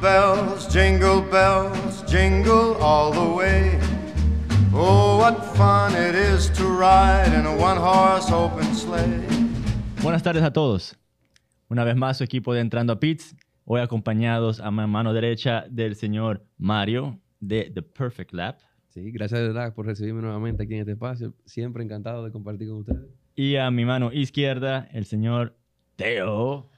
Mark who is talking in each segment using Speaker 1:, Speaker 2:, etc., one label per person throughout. Speaker 1: bells, jingle bells, jingle all the way. Oh, what fun it is to ride in a one horse open sleigh.
Speaker 2: Buenas tardes a todos. Una vez más, su equipo de Entrando a Pits, hoy acompañados a mi mano derecha del señor Mario de The Perfect Lap
Speaker 3: Sí, gracias de verdad por recibirme nuevamente aquí en este espacio. Siempre encantado de compartir con ustedes.
Speaker 2: y a mi mano izquierda el señor Teo.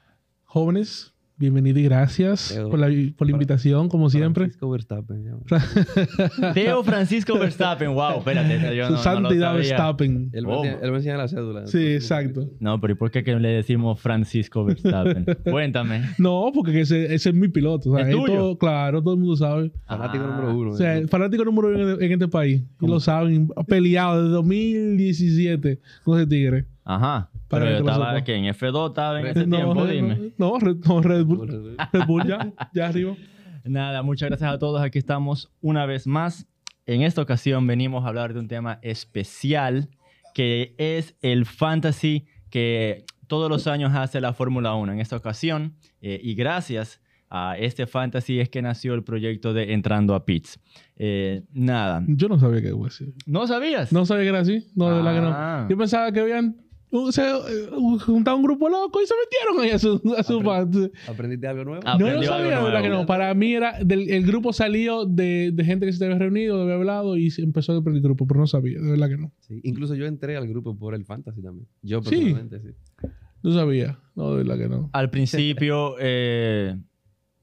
Speaker 4: Jóvenes, bienvenidos y gracias
Speaker 3: Teo.
Speaker 4: por la, por la invitación, como siempre.
Speaker 3: Francisco Verstappen. ya.
Speaker 2: Teo Francisco Verstappen, wow, espérate, yo
Speaker 4: Su
Speaker 2: no, no lo
Speaker 4: santidad
Speaker 2: sabía.
Speaker 4: Verstappen.
Speaker 3: Él, me
Speaker 2: Oh.
Speaker 3: enseña, él me enseña la cédula.
Speaker 4: Sí, exacto.
Speaker 2: No, pero ¿y por qué que le decimos Francisco Verstappen? Cuéntame.
Speaker 4: No, porque ese, ese es mi piloto. o sea,
Speaker 2: ¿Es
Speaker 4: ahí
Speaker 2: tuyo?
Speaker 4: todo- claro, todo el mundo sabe.
Speaker 3: Fanático
Speaker 2: Ah.
Speaker 3: número uno.
Speaker 4: O sea,
Speaker 3: eh.
Speaker 4: fanático número uno en, en este país. Y
Speaker 2: ¿Cómo?
Speaker 4: lo saben. Ha peleado desde 2017 con ese tigre.
Speaker 2: Ajá.
Speaker 4: Para
Speaker 2: pero
Speaker 4: que
Speaker 2: yo
Speaker 4: lo
Speaker 2: estaba
Speaker 4: sepa.
Speaker 2: que en F2 estaba en ese
Speaker 4: pues. no,
Speaker 2: tiempo,
Speaker 4: Red-
Speaker 2: dime.
Speaker 4: No, Red, no, Red Bull. Red Bull ya, ya arriba.
Speaker 2: Nada, muchas gracias a todos. Aquí estamos una vez más. En esta ocasión venimos a hablar de un tema especial que es el fantasy que todos los años hace la Fórmula 1. En esta ocasión, eh, y gracias a este fantasy es que nació el proyecto de Entrando a Pits. Eh, nada,
Speaker 4: Yo no sabía que era así.
Speaker 2: ¿no sabías?
Speaker 4: No sabía que era así. No, de verdad que no.
Speaker 2: Ah.
Speaker 4: Yo pensaba que habían un- se, eh, juntado un grupo loco y se metieron ahí a su, a su
Speaker 3: Apre-
Speaker 4: parte.
Speaker 3: ¿Aprendiste algo nuevo?
Speaker 2: Ah.
Speaker 4: No lo
Speaker 2: Aprendió algo
Speaker 4: sabía, de verdad que
Speaker 2: nuevo.
Speaker 4: no. Para mí era. del- el grupo salió de, de gente que se había reunido, había hablado y se empezó a aprender el grupo, pero no sabía, de verdad que no.
Speaker 3: Sí, Incluso yo entré al grupo por el fantasy también. Yo
Speaker 4: Sí.
Speaker 3: personalmente, sí.
Speaker 4: No sabía, no, de verdad que no.
Speaker 2: Al principio, eh,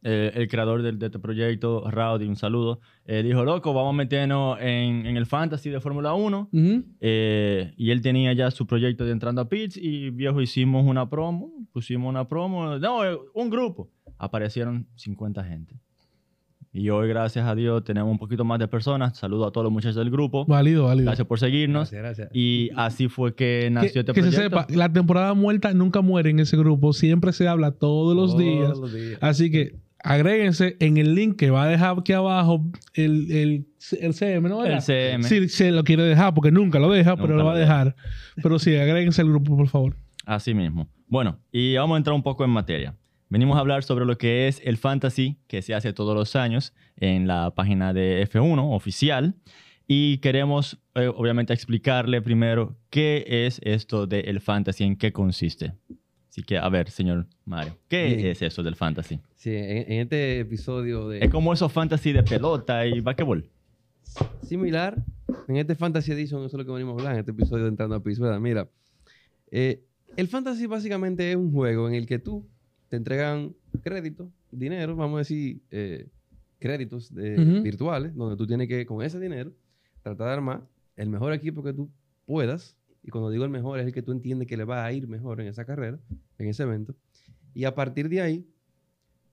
Speaker 2: eh, el creador del- de este proyecto, Rowdy, un saludo, eh, dijo, loco, vamos a meternos en, en el fantasy de Fórmula 1.
Speaker 4: Ujú.
Speaker 2: Eh, y él tenía ya su proyecto de entrando a pits y viejo hicimos una promo, pusimos una promo, no, eh, un grupo. Aparecieron 50 gente. Y hoy, gracias a Dios, tenemos un poquito más de personas. Saludo a todos los muchachos del grupo.
Speaker 4: Válido, válido.
Speaker 2: Gracias por seguirnos.
Speaker 3: Gracias, gracias.
Speaker 2: Y así fue que
Speaker 4: Que,
Speaker 2: nació este
Speaker 4: que se
Speaker 2: proyecto.
Speaker 4: sepa, la temporada muerta nunca muere en ese grupo, siempre se habla todos los días.
Speaker 3: los días.
Speaker 4: Así que agréguense en el link que va a dejar aquí abajo el, el, el CM, ¿no?
Speaker 2: el
Speaker 4: ¿Verdad?
Speaker 2: CM.
Speaker 4: Sí, se lo quiere dejar porque nunca lo deja,
Speaker 2: Nunca
Speaker 4: pero lo va a
Speaker 2: lo deja.
Speaker 4: dejar. Pero sí, agréguense al grupo, por favor.
Speaker 2: Así mismo. Bueno, y vamos a entrar un poco en materia. Venimos a hablar sobre lo que es el fantasy que se hace todos los años en la página de F1 oficial. Y queremos, eh, obviamente, explicarle primero qué es esto del fantasy, en qué consiste. Así que, a ver, señor Mario, ¿qué
Speaker 3: Bien.
Speaker 2: es eso del fantasy?
Speaker 3: Sí, en, en este episodio de...
Speaker 2: Es como esos fantasy de pelota y basquetbol.
Speaker 3: similar en este Fantasy Edition, eso es lo que venimos a hablar en este episodio de Entrando a Piso, ¿verdad? Mira, eh, el Fantasy básicamente es un juego en el que tú te entregan créditos, dinero, vamos a decir, eh, créditos de-
Speaker 4: Ujú.
Speaker 3: virtuales, donde tú tienes que, con ese dinero, tratar de armar el mejor equipo que tú puedas. Y cuando digo el mejor, es el que tú entiendes que le va a ir mejor en esa carrera, en ese evento. Y a partir de ahí,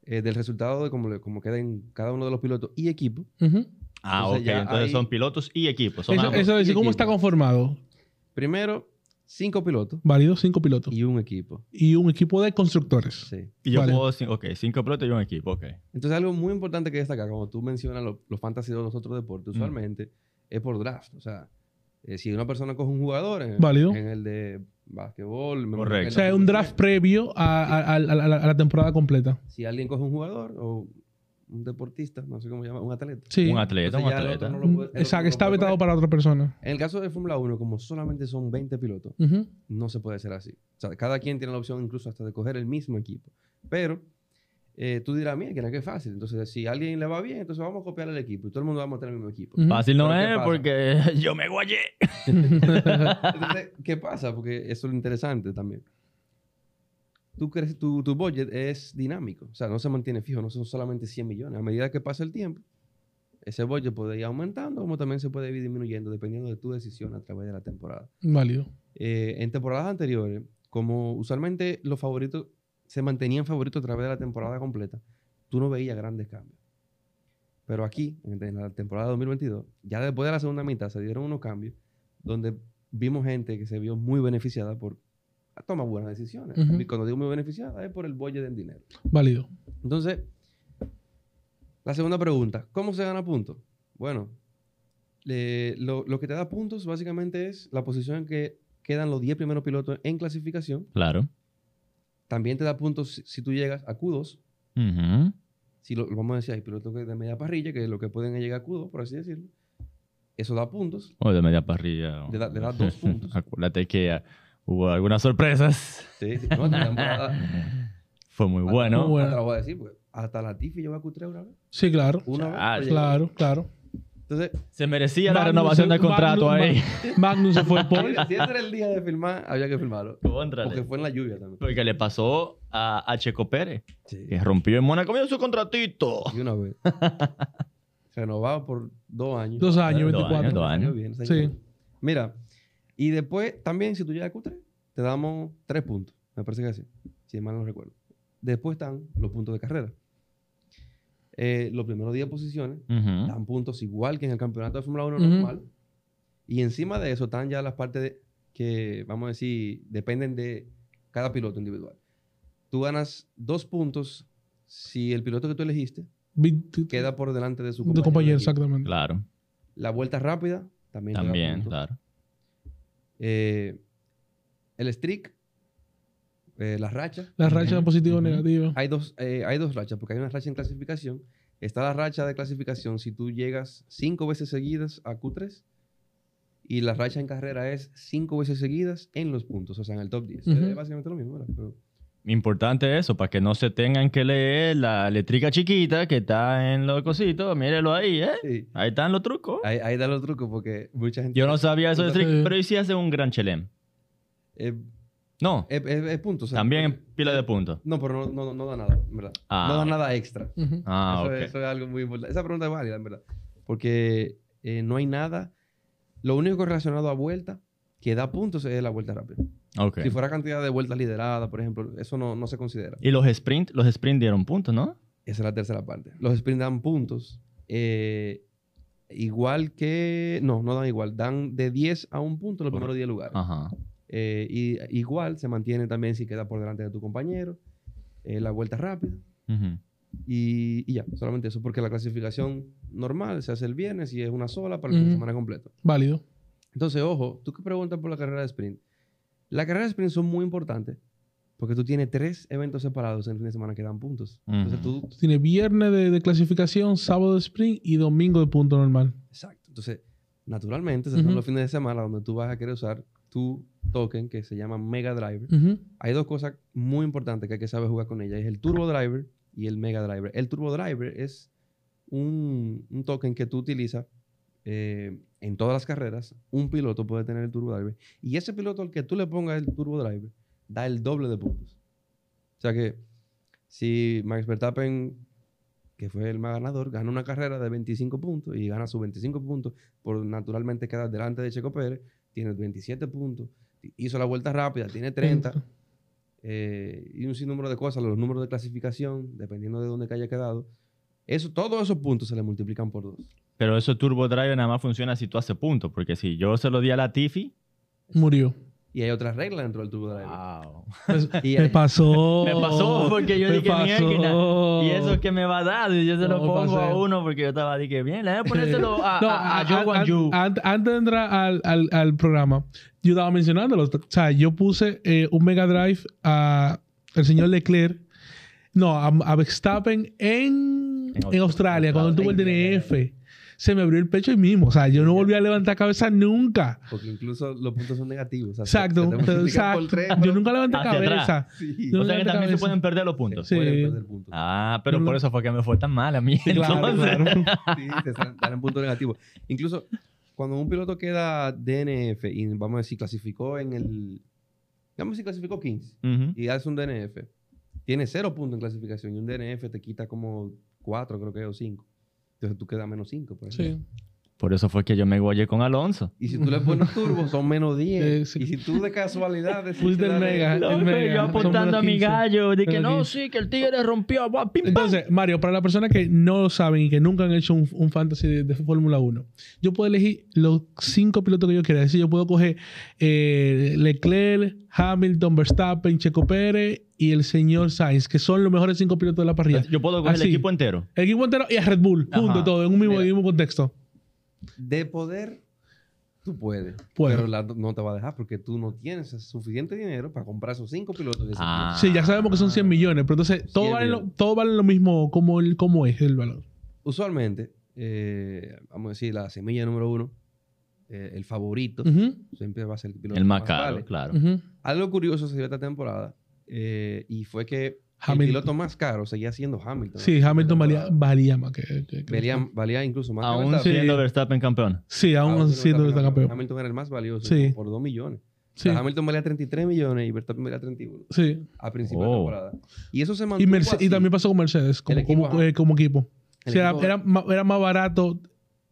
Speaker 3: eh, del resultado de cómo, le- cómo queden cada uno de los pilotos y equipos,
Speaker 4: Ujú.
Speaker 2: Ah,
Speaker 3: Entonces,
Speaker 2: ok.
Speaker 3: ya
Speaker 2: Entonces
Speaker 3: ahí-
Speaker 2: son pilotos y equipos. son
Speaker 4: Eso,
Speaker 2: ambos.
Speaker 4: eso es decir,
Speaker 3: Y
Speaker 4: ¿cómo
Speaker 3: equipo.
Speaker 4: está conformado?
Speaker 3: primero, cinco pilotos
Speaker 4: Válido, cinco pilotos.
Speaker 3: y un equipo.
Speaker 4: Y un equipo de constructores.
Speaker 3: Sí.
Speaker 2: Y yo
Speaker 4: vale.
Speaker 2: puedo- ok, cinco pilotos y un equipo, ok.
Speaker 3: Entonces, algo muy importante que destacar, como tú mencionas lo- los fantasy de los otros deportes,
Speaker 2: Mm.
Speaker 3: usualmente es por draft. O sea, eh, si una persona coge un jugador en,
Speaker 4: Válido.
Speaker 3: en el de basquetbol, me imagino que
Speaker 2: Correcto.
Speaker 3: en
Speaker 4: O
Speaker 3: el
Speaker 4: sea, es un
Speaker 3: fútbol,
Speaker 4: draft previo a, a- a- a la, a la temporada completa.
Speaker 3: Si alguien coge un jugador o un deportista, no sé cómo llama, un atleta.
Speaker 4: Sí. Mm,
Speaker 2: Un atleta,
Speaker 3: Entonces
Speaker 2: un
Speaker 3: ya el
Speaker 2: atleta.
Speaker 3: otro no lo puede- el otro no
Speaker 4: Exacto,
Speaker 3: lo
Speaker 4: está
Speaker 3: puede
Speaker 4: vetado
Speaker 3: coger.
Speaker 4: para otra persona.
Speaker 3: En el caso de Fórmula 1, como solamente son 20 pilotos,
Speaker 4: Ujú.
Speaker 3: no se puede hacer así. O sea, cada quien tiene la opción incluso hasta de coger el mismo equipo. Pero eh, tú dirás, mira, que no que es fácil. Entonces, si a alguien le va bien, entonces vamos a copiar el equipo y todo el mundo vamos a tener el mismo equipo.
Speaker 4: Ujú.
Speaker 2: Fácil no
Speaker 3: Pero ¿qué
Speaker 2: es
Speaker 3: pasa?
Speaker 2: porque yo me guayé.
Speaker 3: Entonces, ¿qué pasa? Porque eso es lo interesante también. Tú crees, tu, tu budget es dinámico, o sea, no se mantiene fijo, no son solamente 100 millones. A medida que pasa el tiempo, ese budget puede ir aumentando, como también se puede ir disminuyendo, dependiendo de tu decisión a través de la temporada.
Speaker 4: Válido.
Speaker 3: Eh, en temporadas anteriores, como usualmente los favoritos se mantenían favoritos a través de la temporada completa, tú no veías grandes cambios. Pero aquí, en en la temporada 2022, ya después de la segunda mitad se dieron unos cambios donde vimos gente que se vio muy beneficiada por tomar buenas decisiones.
Speaker 4: Ujú.
Speaker 3: Y cuando digo muy beneficiada es por el bolle del dinero.
Speaker 4: Válido.
Speaker 3: Entonces, la segunda pregunta, ¿cómo se gana puntos? Bueno, le- lo, lo que te da puntos básicamente es la posición en que quedan los 10 primeros pilotos en clasificación.
Speaker 2: Claro.
Speaker 3: También te da puntos si, si tú llegas a Q2 si lo, lo vamos a decir, hay pilotos que de media parrilla, que lo que pueden es llegar a Q2, por así decirlo. Eso da puntos.
Speaker 2: O de media parrilla.
Speaker 3: Le da- le da dos puntos.
Speaker 2: Acuérdate que ah, hubo algunas sorpresas.
Speaker 3: Sí, sí, no, esta temporada-
Speaker 2: Fue muy
Speaker 3: Ah,
Speaker 2: bueno.
Speaker 4: muy bueno.
Speaker 3: Hasta lo voy a decir, pues, hasta la Tifi llegó a Q3 una vez.
Speaker 4: Sí, claro.
Speaker 3: Una vez,
Speaker 2: Chale.
Speaker 3: pero llegó.
Speaker 4: Claro, claro.
Speaker 3: Entonces,
Speaker 2: Se merecía la
Speaker 4: Magnus-
Speaker 2: renovación del
Speaker 4: Magnus-
Speaker 2: contrato ahí.
Speaker 4: Ma- Magnus se fue por.
Speaker 3: si ese era el día de filmar, había que filmarlo.
Speaker 2: Contrale.
Speaker 3: Porque fue en la lluvia también.
Speaker 2: Porque le pasó a, a Checo Pérez,
Speaker 3: Sí.
Speaker 2: que rompió en Mónaco. Mira su contratito.
Speaker 3: Y una vez. Renovado por dos años.
Speaker 4: Dos años,
Speaker 2: Dos años,
Speaker 4: 24.
Speaker 2: dos años.
Speaker 3: Salió bien, salió
Speaker 4: Sí.
Speaker 3: bien. Mira, y después también, si tú llegas a Q3, te damos tres puntos. Me parece que así, si mal no recuerdo. Después están los puntos de carrera. Eh, los primeros 10 posiciones
Speaker 2: Ujú.
Speaker 3: dan puntos igual que en el campeonato de Fórmula 1
Speaker 4: Ujú.
Speaker 3: normal. Y encima de eso están ya las partes de- que, vamos a decir, dependen de cada piloto individual. Tú ganas dos puntos si el piloto que tú elegiste
Speaker 4: Vi-
Speaker 3: queda por delante de su
Speaker 4: de
Speaker 3: compañero.
Speaker 4: compañero,
Speaker 3: de equipo.
Speaker 4: exactamente.
Speaker 2: Claro,
Speaker 3: La vuelta rápida también. te da
Speaker 2: también,
Speaker 3: puntos.
Speaker 2: claro.
Speaker 3: Eh, el streak, eh, las rachas.
Speaker 4: Las rachas
Speaker 2: Ujú,
Speaker 4: positivas o
Speaker 2: ujú.
Speaker 4: negativas.
Speaker 3: Hay dos, eh, hay dos rachas, porque hay una racha en clasificación. Está la racha de clasificación si tú llegas cinco veces seguidas a Q3. Y la racha en carrera es cinco veces seguidas en los puntos, o sea, en el top 10.
Speaker 4: Ujú.
Speaker 3: Es básicamente lo mismo, ¿verdad? Pero
Speaker 2: Importante eso, para que no se tengan que leer la letrica chiquita que está en los cositos. Mírelo ahí, ¿eh?
Speaker 3: sí,
Speaker 2: Ahí están los trucos.
Speaker 4: Ah,
Speaker 3: ahí, ahí da los trucos, porque mucha gente.
Speaker 2: Yo no sabía eso de
Speaker 4: Entonces-
Speaker 2: trick, pero ¿y si hace un gran chelem?
Speaker 3: Eh,
Speaker 2: No,
Speaker 3: es, es- es punto, o sea, eh,
Speaker 2: también pila de puntos.
Speaker 3: No, pero no, no, no da nada, en ¿verdad?
Speaker 2: Ah,
Speaker 3: no da
Speaker 2: ok.
Speaker 3: nada extra.
Speaker 4: Ujú.
Speaker 2: Ah,
Speaker 3: eso,
Speaker 2: ok.
Speaker 3: es- eso es algo muy importante. Esa pregunta es válida, en verdad. Porque eh, no hay nada. Lo único relacionado a vuelta que da puntos es la vuelta rápida.
Speaker 2: ok.
Speaker 3: Si fuera cantidad de vueltas lideradas, por ejemplo, eso no, no se considera.
Speaker 2: Y los sprint, los sprint dieron puntos, ¿no?
Speaker 3: Esa es la tercera parte. Los sprint dan puntos. eh, igual que. No, no dan igual. Dan de 10 a un punto los
Speaker 2: Correcto. Ah.
Speaker 3: primeros 10 lugares.
Speaker 2: Ajá.
Speaker 3: Eh, y igual se mantiene también si queda por delante de tu compañero. eh, la vuelta rápida.
Speaker 2: Ujú.
Speaker 3: Y, y ya, solamente eso, porque la clasificación normal se hace el viernes y es una sola para el fin de
Speaker 4: Ujú.
Speaker 3: semana completo.
Speaker 4: Válido.
Speaker 3: Entonces, ojo, tú que preguntas por la carrera de sprint. La carrera de sprint son muy importantes porque tú tienes tres eventos separados en el fin de semana que dan puntos. Entonces
Speaker 2: Ujú.
Speaker 3: tú,
Speaker 4: Tiene viernes de, de clasificación, sábado de sprint y domingo de punto normal.
Speaker 3: exacto. Entonces, naturalmente, se son
Speaker 4: Ujú.
Speaker 3: los fines de semana donde tú vas a querer usar tu token que se llama Mega Driver.
Speaker 4: Ujú.
Speaker 3: Hay dos cosas muy importantes que hay que saber jugar con ella. Es el Turbo Driver y el Mega Driver. El Turbo Driver es un, un token que tú utilizas eh, en todas las carreras. Un piloto puede tener el Turbo Driver. Y ese piloto al que tú le pongas el Turbo Driver da el doble de puntos. O sea que si Max Verstappen, que fue el más ganador, gana una carrera de 25 puntos y gana sus 25 puntos, por naturalmente queda delante de Checo Pérez, tiene 27 puntos, hizo la vuelta rápida, tiene 30 eh, y un sinnúmero de cosas, los números de clasificación, dependiendo de dónde que haya quedado. Eso, todos esos puntos se le multiplican por dos.
Speaker 2: Pero eso Turbo Drive nada más funciona si tú haces puntos, porque si yo se lo di a la Tiffy.
Speaker 4: Murió.
Speaker 3: Y hay otra regla dentro del turbo driver.
Speaker 2: Wow.
Speaker 3: Y
Speaker 4: Me
Speaker 3: hay-
Speaker 4: pasó.
Speaker 2: Me pasó, porque yo
Speaker 4: Me
Speaker 2: dije, "Mierda".
Speaker 4: pasó.
Speaker 2: Y eso que me va a dar, y yo se
Speaker 4: No,
Speaker 2: lo pongo
Speaker 4: pasé.
Speaker 2: a uno porque yo estaba de que bien, le voy a ponérselo a,
Speaker 4: No,
Speaker 2: a, a
Speaker 4: a-
Speaker 2: Joe
Speaker 4: an-
Speaker 2: Guan Yu.
Speaker 4: an- antes de entrar al, al- al programa, yo estaba mencionándolo. O sea, yo puse eh, un Mega Drive a- al señor Leclerc. No, a, a Verstappen en,
Speaker 2: En Aust-
Speaker 4: en Australia, cuando él tuvo el
Speaker 3: Australia.
Speaker 4: DNF. Se me abrió el pecho ahí mismo. O sea, yo no volví a levantar cabeza nunca.
Speaker 3: Porque incluso los puntos son negativos. o sea, se-
Speaker 4: Exacto.
Speaker 3: se te multiplican
Speaker 4: exacto.
Speaker 3: por tres,
Speaker 4: Yo
Speaker 3: pero-
Speaker 4: nunca levanté
Speaker 2: Hacia
Speaker 4: cabeza.
Speaker 3: Sí.
Speaker 4: No,
Speaker 2: O sea que también
Speaker 4: la
Speaker 2: se
Speaker 4: cabeza.
Speaker 2: pueden perder los puntos.
Speaker 4: Sí.
Speaker 3: Pueden perder puntos.
Speaker 2: Ah, pero
Speaker 4: No,
Speaker 2: por
Speaker 4: no.
Speaker 2: eso fue que me fue tan mal a mí.
Speaker 4: Sí, claro,
Speaker 2: entonces.
Speaker 4: claro.
Speaker 3: Sí, te salen, salen puntos negativos. Incluso cuando un piloto queda DNF y vamos a decir clasificó en el... Vamos a decir clasificó 15
Speaker 2: Ujú.
Speaker 3: y hace un DNF. Tiene cero puntos en clasificación y un DNF te quita como cuatro, creo que, o cinco. Entonces tú quedas menos cinco, por ejemplo.
Speaker 4: Sí.
Speaker 2: Por eso fue que yo me guayé con Alonso.
Speaker 3: Y si tú le pones turbo, son menos 10.
Speaker 4: Eh, sí.
Speaker 3: Y si tú de casualidad decides
Speaker 4: Pusiste el
Speaker 3: darle-
Speaker 4: mega. el
Speaker 2: Loco,
Speaker 4: mega,
Speaker 2: yo
Speaker 4: son
Speaker 2: apuntando a mi
Speaker 4: 15.
Speaker 2: gallo, de que
Speaker 4: Pero
Speaker 2: no,
Speaker 4: 15.
Speaker 2: sí, que el tigre rompió, guau, pim, pam.
Speaker 4: Entonces, Mario, para las personas que no saben y que nunca han hecho un, un fantasy de, de Fórmula 1, yo puedo elegir los cinco pilotos que yo quiera. Es decir, yo puedo coger eh, Leclerc, Hamilton, Verstappen, Checo Pérez y el señor Sainz, que son los mejores cinco pilotos de la parrilla.
Speaker 2: Yo puedo coger el
Speaker 4: Así.
Speaker 2: equipo entero.
Speaker 4: El equipo entero y a Red Bull,
Speaker 2: Ajá.
Speaker 4: junto todo, en un mismo,
Speaker 3: Mira.
Speaker 4: en un mismo contexto.
Speaker 3: De poder Tú puedes.
Speaker 4: Puedo.
Speaker 3: Pero la- no te va a dejar porque tú no tienes suficiente dinero para comprar esos cinco pilotos. que se
Speaker 2: Ah.
Speaker 4: Sí, ya sabemos que son 100 millones, pero entonces todo
Speaker 3: 100
Speaker 4: vale, lo,
Speaker 3: millones.
Speaker 4: todo vale lo mismo como, el, como es el valor.
Speaker 3: usualmente, eh, vamos a decir, la semilla número uno, eh, el favorito,
Speaker 4: Ujú,
Speaker 3: siempre va a ser el piloto.
Speaker 2: El más
Speaker 3: caro,
Speaker 2: caro, claro.
Speaker 4: ujú.
Speaker 3: Algo curioso se dio esta temporada eh, y fue que
Speaker 4: Hamilton.
Speaker 3: el piloto más caro seguía siendo Hamilton.
Speaker 4: Sí, Hamilton valía,
Speaker 3: Temporada.
Speaker 4: valía más que. que- que-
Speaker 3: Valía, valía incluso más que
Speaker 2: Aún
Speaker 3: Verstappen.
Speaker 2: siendo Verstappen campeón.
Speaker 4: Sí, aún
Speaker 3: Hamilton
Speaker 4: siendo
Speaker 3: era
Speaker 4: el campeón.
Speaker 3: Ah, Hamilton era el más valioso
Speaker 4: Sí.
Speaker 3: como por 2 millones. O
Speaker 4: Sí,
Speaker 3: sea, Hamilton valía 33 millones y Verstappen valía 31
Speaker 4: sí.
Speaker 3: a principio
Speaker 2: Oh.
Speaker 3: de temporada. Y eso se mantuvo
Speaker 4: Y, Merce-
Speaker 3: así.
Speaker 4: y también pasó con Mercedes, como
Speaker 3: El equipo,
Speaker 4: equipo. Como,
Speaker 3: ajá.
Speaker 4: eh, como equipo.
Speaker 3: El
Speaker 4: Sí, era,
Speaker 3: equipo-
Speaker 4: era ma- era más barato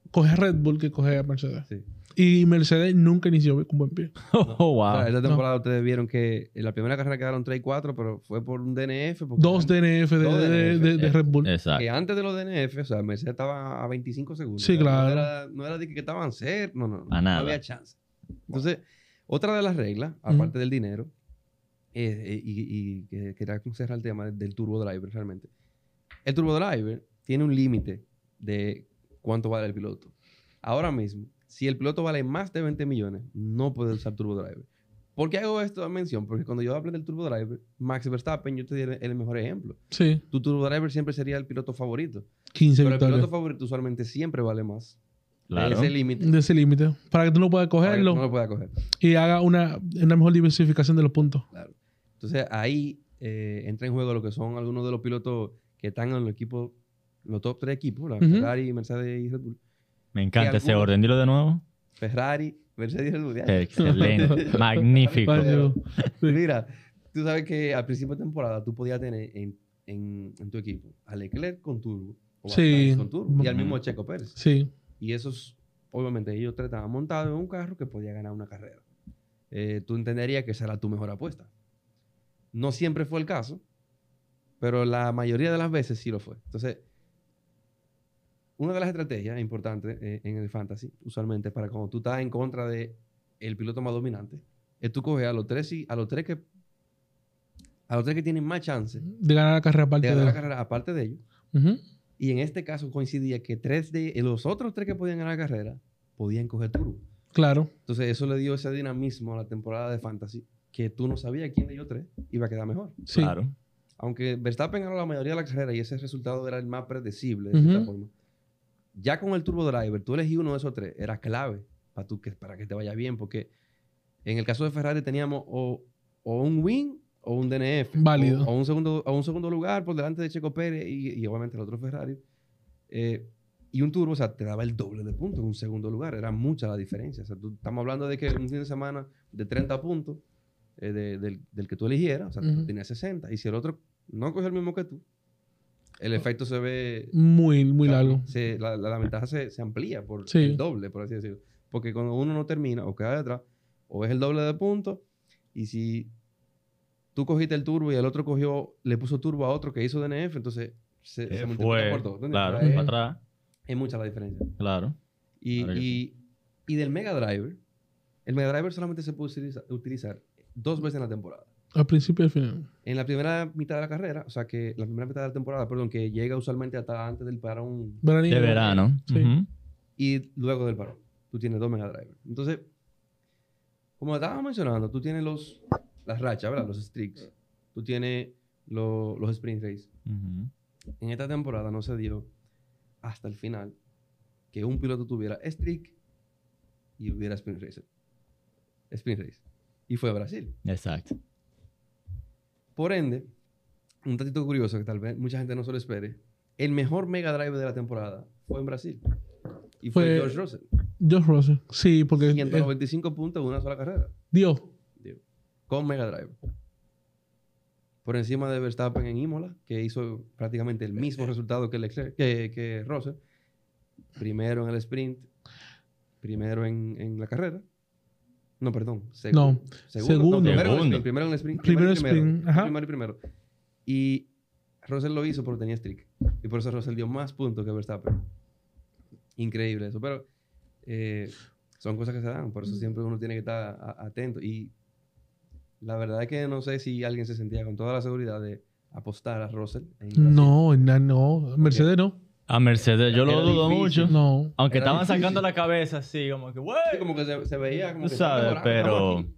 Speaker 4: coger Red Bull que coger a Mercedes.
Speaker 3: Sí.
Speaker 4: Y Mercedes nunca inició con buen pie.
Speaker 2: Oh, wow.
Speaker 3: O sea, esta
Speaker 4: No.
Speaker 3: temporada ustedes vieron que en la primera carrera quedaron 3 y 4, pero fue por un DNF. porque
Speaker 4: Dos
Speaker 3: antes-
Speaker 4: DNF de,
Speaker 3: Dos
Speaker 4: de-
Speaker 3: DNF,
Speaker 4: de- de
Speaker 2: eh,
Speaker 4: Red Bull.
Speaker 2: Exacto.
Speaker 3: Que antes de los DNF, o sea, Mercedes estaba a 25 segundos.
Speaker 4: Sí,
Speaker 3: O sea, no
Speaker 4: claro.
Speaker 3: era- No era de que estaban cerca, no, no, no.
Speaker 2: A
Speaker 3: no
Speaker 2: nada.
Speaker 3: había chance. Entonces, otra de las reglas, aparte del dinero, es- eh, y, y que quería cerrar el tema del turbo driver realmente. El turbo driver tiene un límite de cuánto vale el piloto. Ahora mismo, si el piloto vale más de 20 millones, no puede usar turbo driver. ¿Por qué hago esta mención? Porque cuando yo hablé del turbo driver, Max Verstappen, yo te di el- el mejor ejemplo
Speaker 4: Sí,
Speaker 3: tu turbo driver siempre sería el piloto favorito.
Speaker 4: 15
Speaker 3: Pero el
Speaker 4: victorias.
Speaker 3: piloto favorito usualmente siempre vale más.
Speaker 2: Claro.
Speaker 3: Ese límite.
Speaker 4: De ese límite. Para que tú no puedas
Speaker 3: para que
Speaker 4: cogerlo
Speaker 3: No lo pueda coger.
Speaker 4: y haga una, una mejor diversificación de los puntos.
Speaker 3: Entonces ahí eh, entra en juego lo que son algunos de los pilotos que están en los equipos, los top tres equipos, la
Speaker 4: Ujú.
Speaker 3: Ferrari, Mercedes y Red Bull.
Speaker 2: Me encanta ese
Speaker 3: algunos-
Speaker 2: orden. Dilo de nuevo.
Speaker 3: Ferrari, Mercedes y Red Bull. ya.
Speaker 2: Excelente. Magnífico.
Speaker 4: Para yo-
Speaker 3: Mira, tú sabes que al principio de temporada tú podías tener en, en- en tu equipo a Leclerc con turbo. O a
Speaker 4: Sí.
Speaker 3: Sainz con turbo. Y al
Speaker 2: Ujú.
Speaker 3: mismo Checo Pérez.
Speaker 4: Sí.
Speaker 3: Y esos, obviamente, ellos tres estaban montados en un carro que podía ganar una carrera. Eh, tú entenderías que esa era tu mejor apuesta. No siempre fue el caso, pero la mayoría de las veces sí lo fue. Entonces, una de las estrategias importantes eh, en el fantasy, usualmente, para cuando tú estás en contra de el piloto más dominante, es tú coges a los tres, y, a los tres que a los tres que tienen más chance de
Speaker 4: De ganar la carrera aparte de.
Speaker 3: ganar la carrera aparte de ellos.
Speaker 4: Ujú.
Speaker 3: Y en este caso coincidía que tres de eh, los otros tres que podían ganar la carrera podían coger turbo.
Speaker 4: Claro.
Speaker 3: Entonces eso le dio ese dinamismo a la temporada de Fantasy que tú no sabías quién de ellos tres iba a quedar mejor.
Speaker 4: Sí.
Speaker 2: Claro.
Speaker 3: Aunque Verstappen ganó la mayoría de la carrera y ese resultado era el más predecible de cierta
Speaker 4: Ujú.
Speaker 3: forma. Ya con el turbo driver, tú elegí uno de esos tres, era clave para, tú que, para que te vaya bien porque en el caso de Ferrari teníamos o, o un win o un DNF.
Speaker 4: Válido.
Speaker 3: O, o un segundo, o un segundo lugar por delante de Checo Pérez y, y obviamente el otro Ferrari. Eh, y un turbo, o sea, te daba el doble de puntos en un segundo lugar. Era mucha la diferencia. O sea, tú- estamos hablando de que un fin de semana de 30 puntos eh, de- del, del que tú eligieras, o sea,
Speaker 4: Ujú.
Speaker 3: tú tenías 60. Y si el otro no cogió el mismo que tú, el efecto se ve...
Speaker 4: Muy, Ah. muy
Speaker 3: o sea,
Speaker 4: largo.
Speaker 3: se- la, la- la ventaja se, se amplía por
Speaker 4: Sí.
Speaker 3: el doble, por así decirlo. Porque cuando uno no termina o queda detrás, o es el doble de puntos, y si tú cogiste el turbo y el otro cogió, le puso turbo a otro que hizo DNF, entonces se, se
Speaker 2: Eh,
Speaker 3: multiplica
Speaker 2: Fue.
Speaker 3: por dos. ¿entiendes?
Speaker 2: Claro.
Speaker 3: O sea,
Speaker 2: Para
Speaker 3: es-
Speaker 2: atrás.
Speaker 3: es mucha la diferencia.
Speaker 2: Claro.
Speaker 3: Y,
Speaker 2: Claro que
Speaker 3: y, y del Mega Driver, el Mega Driver solamente se puede utiliza- utilizar dos veces en la temporada.
Speaker 4: Al principio y al final.
Speaker 3: En la primera mitad de la carrera, o sea que la primera mitad de la temporada, perdón, que llega usualmente hasta antes del parón
Speaker 4: Veranillo.
Speaker 2: De verano.
Speaker 4: Sí.
Speaker 2: Ujú.
Speaker 3: y luego del parón. Tú tienes dos Mega Driver. Entonces, como estábamos mencionando, tú tienes los, las rachas, ¿verdad? Los streaks. Tú tienes lo- los sprint race.
Speaker 2: Ujú.
Speaker 3: En esta temporada no se dio hasta el final que un piloto tuviera streak y hubiera sprint race. Sprint race. Y fue Brasil.
Speaker 2: Exacto.
Speaker 3: Por ende, un datito curioso que tal vez mucha gente no se lo espere, el mejor mega drive de la temporada fue en Brasil. Y fue,
Speaker 4: Fue-
Speaker 3: George Russell.
Speaker 4: George Russell. Sí, porque. eh,
Speaker 3: 195 puntos en una sola carrera
Speaker 4: Dios.
Speaker 3: con mega drive. Por encima de Verstappen en Imola, que hizo prácticamente el mismo resultado que, Leclerc, que, que Russell. Primero en el sprint, primero en, en la carrera. No, perdón. segun-
Speaker 4: No,
Speaker 3: Segundo.
Speaker 4: segundo.
Speaker 3: no, primero, en el
Speaker 2: Segundo.
Speaker 3: sprint, primero en el sprint.
Speaker 4: Primero
Speaker 3: y
Speaker 4: sprint, ajá.
Speaker 3: Primero y primero. Y Russell lo hizo porque tenía streak. Y por eso Russell dio más puntos que Verstappen. Increíble eso. Pero eh, son cosas que se dan. Por eso siempre uno tiene que estar a- atento. Y la verdad es que no sé si alguien se sentía con toda la seguridad de apostar a Russell. en Brasil.
Speaker 4: No, na- no. Mercedes no.
Speaker 2: A Mercedes, yo lo
Speaker 3: Era
Speaker 2: dudo
Speaker 3: difícil.
Speaker 2: mucho.
Speaker 4: No.
Speaker 2: Aunque
Speaker 3: Era
Speaker 2: estaban
Speaker 3: difícil.
Speaker 2: sacando la cabeza así, como que,
Speaker 3: Sí,
Speaker 2: güey.
Speaker 3: como que se, se veía como
Speaker 2: Tú
Speaker 3: que
Speaker 2: sabes,
Speaker 3: estamos
Speaker 2: pero-
Speaker 3: aquí".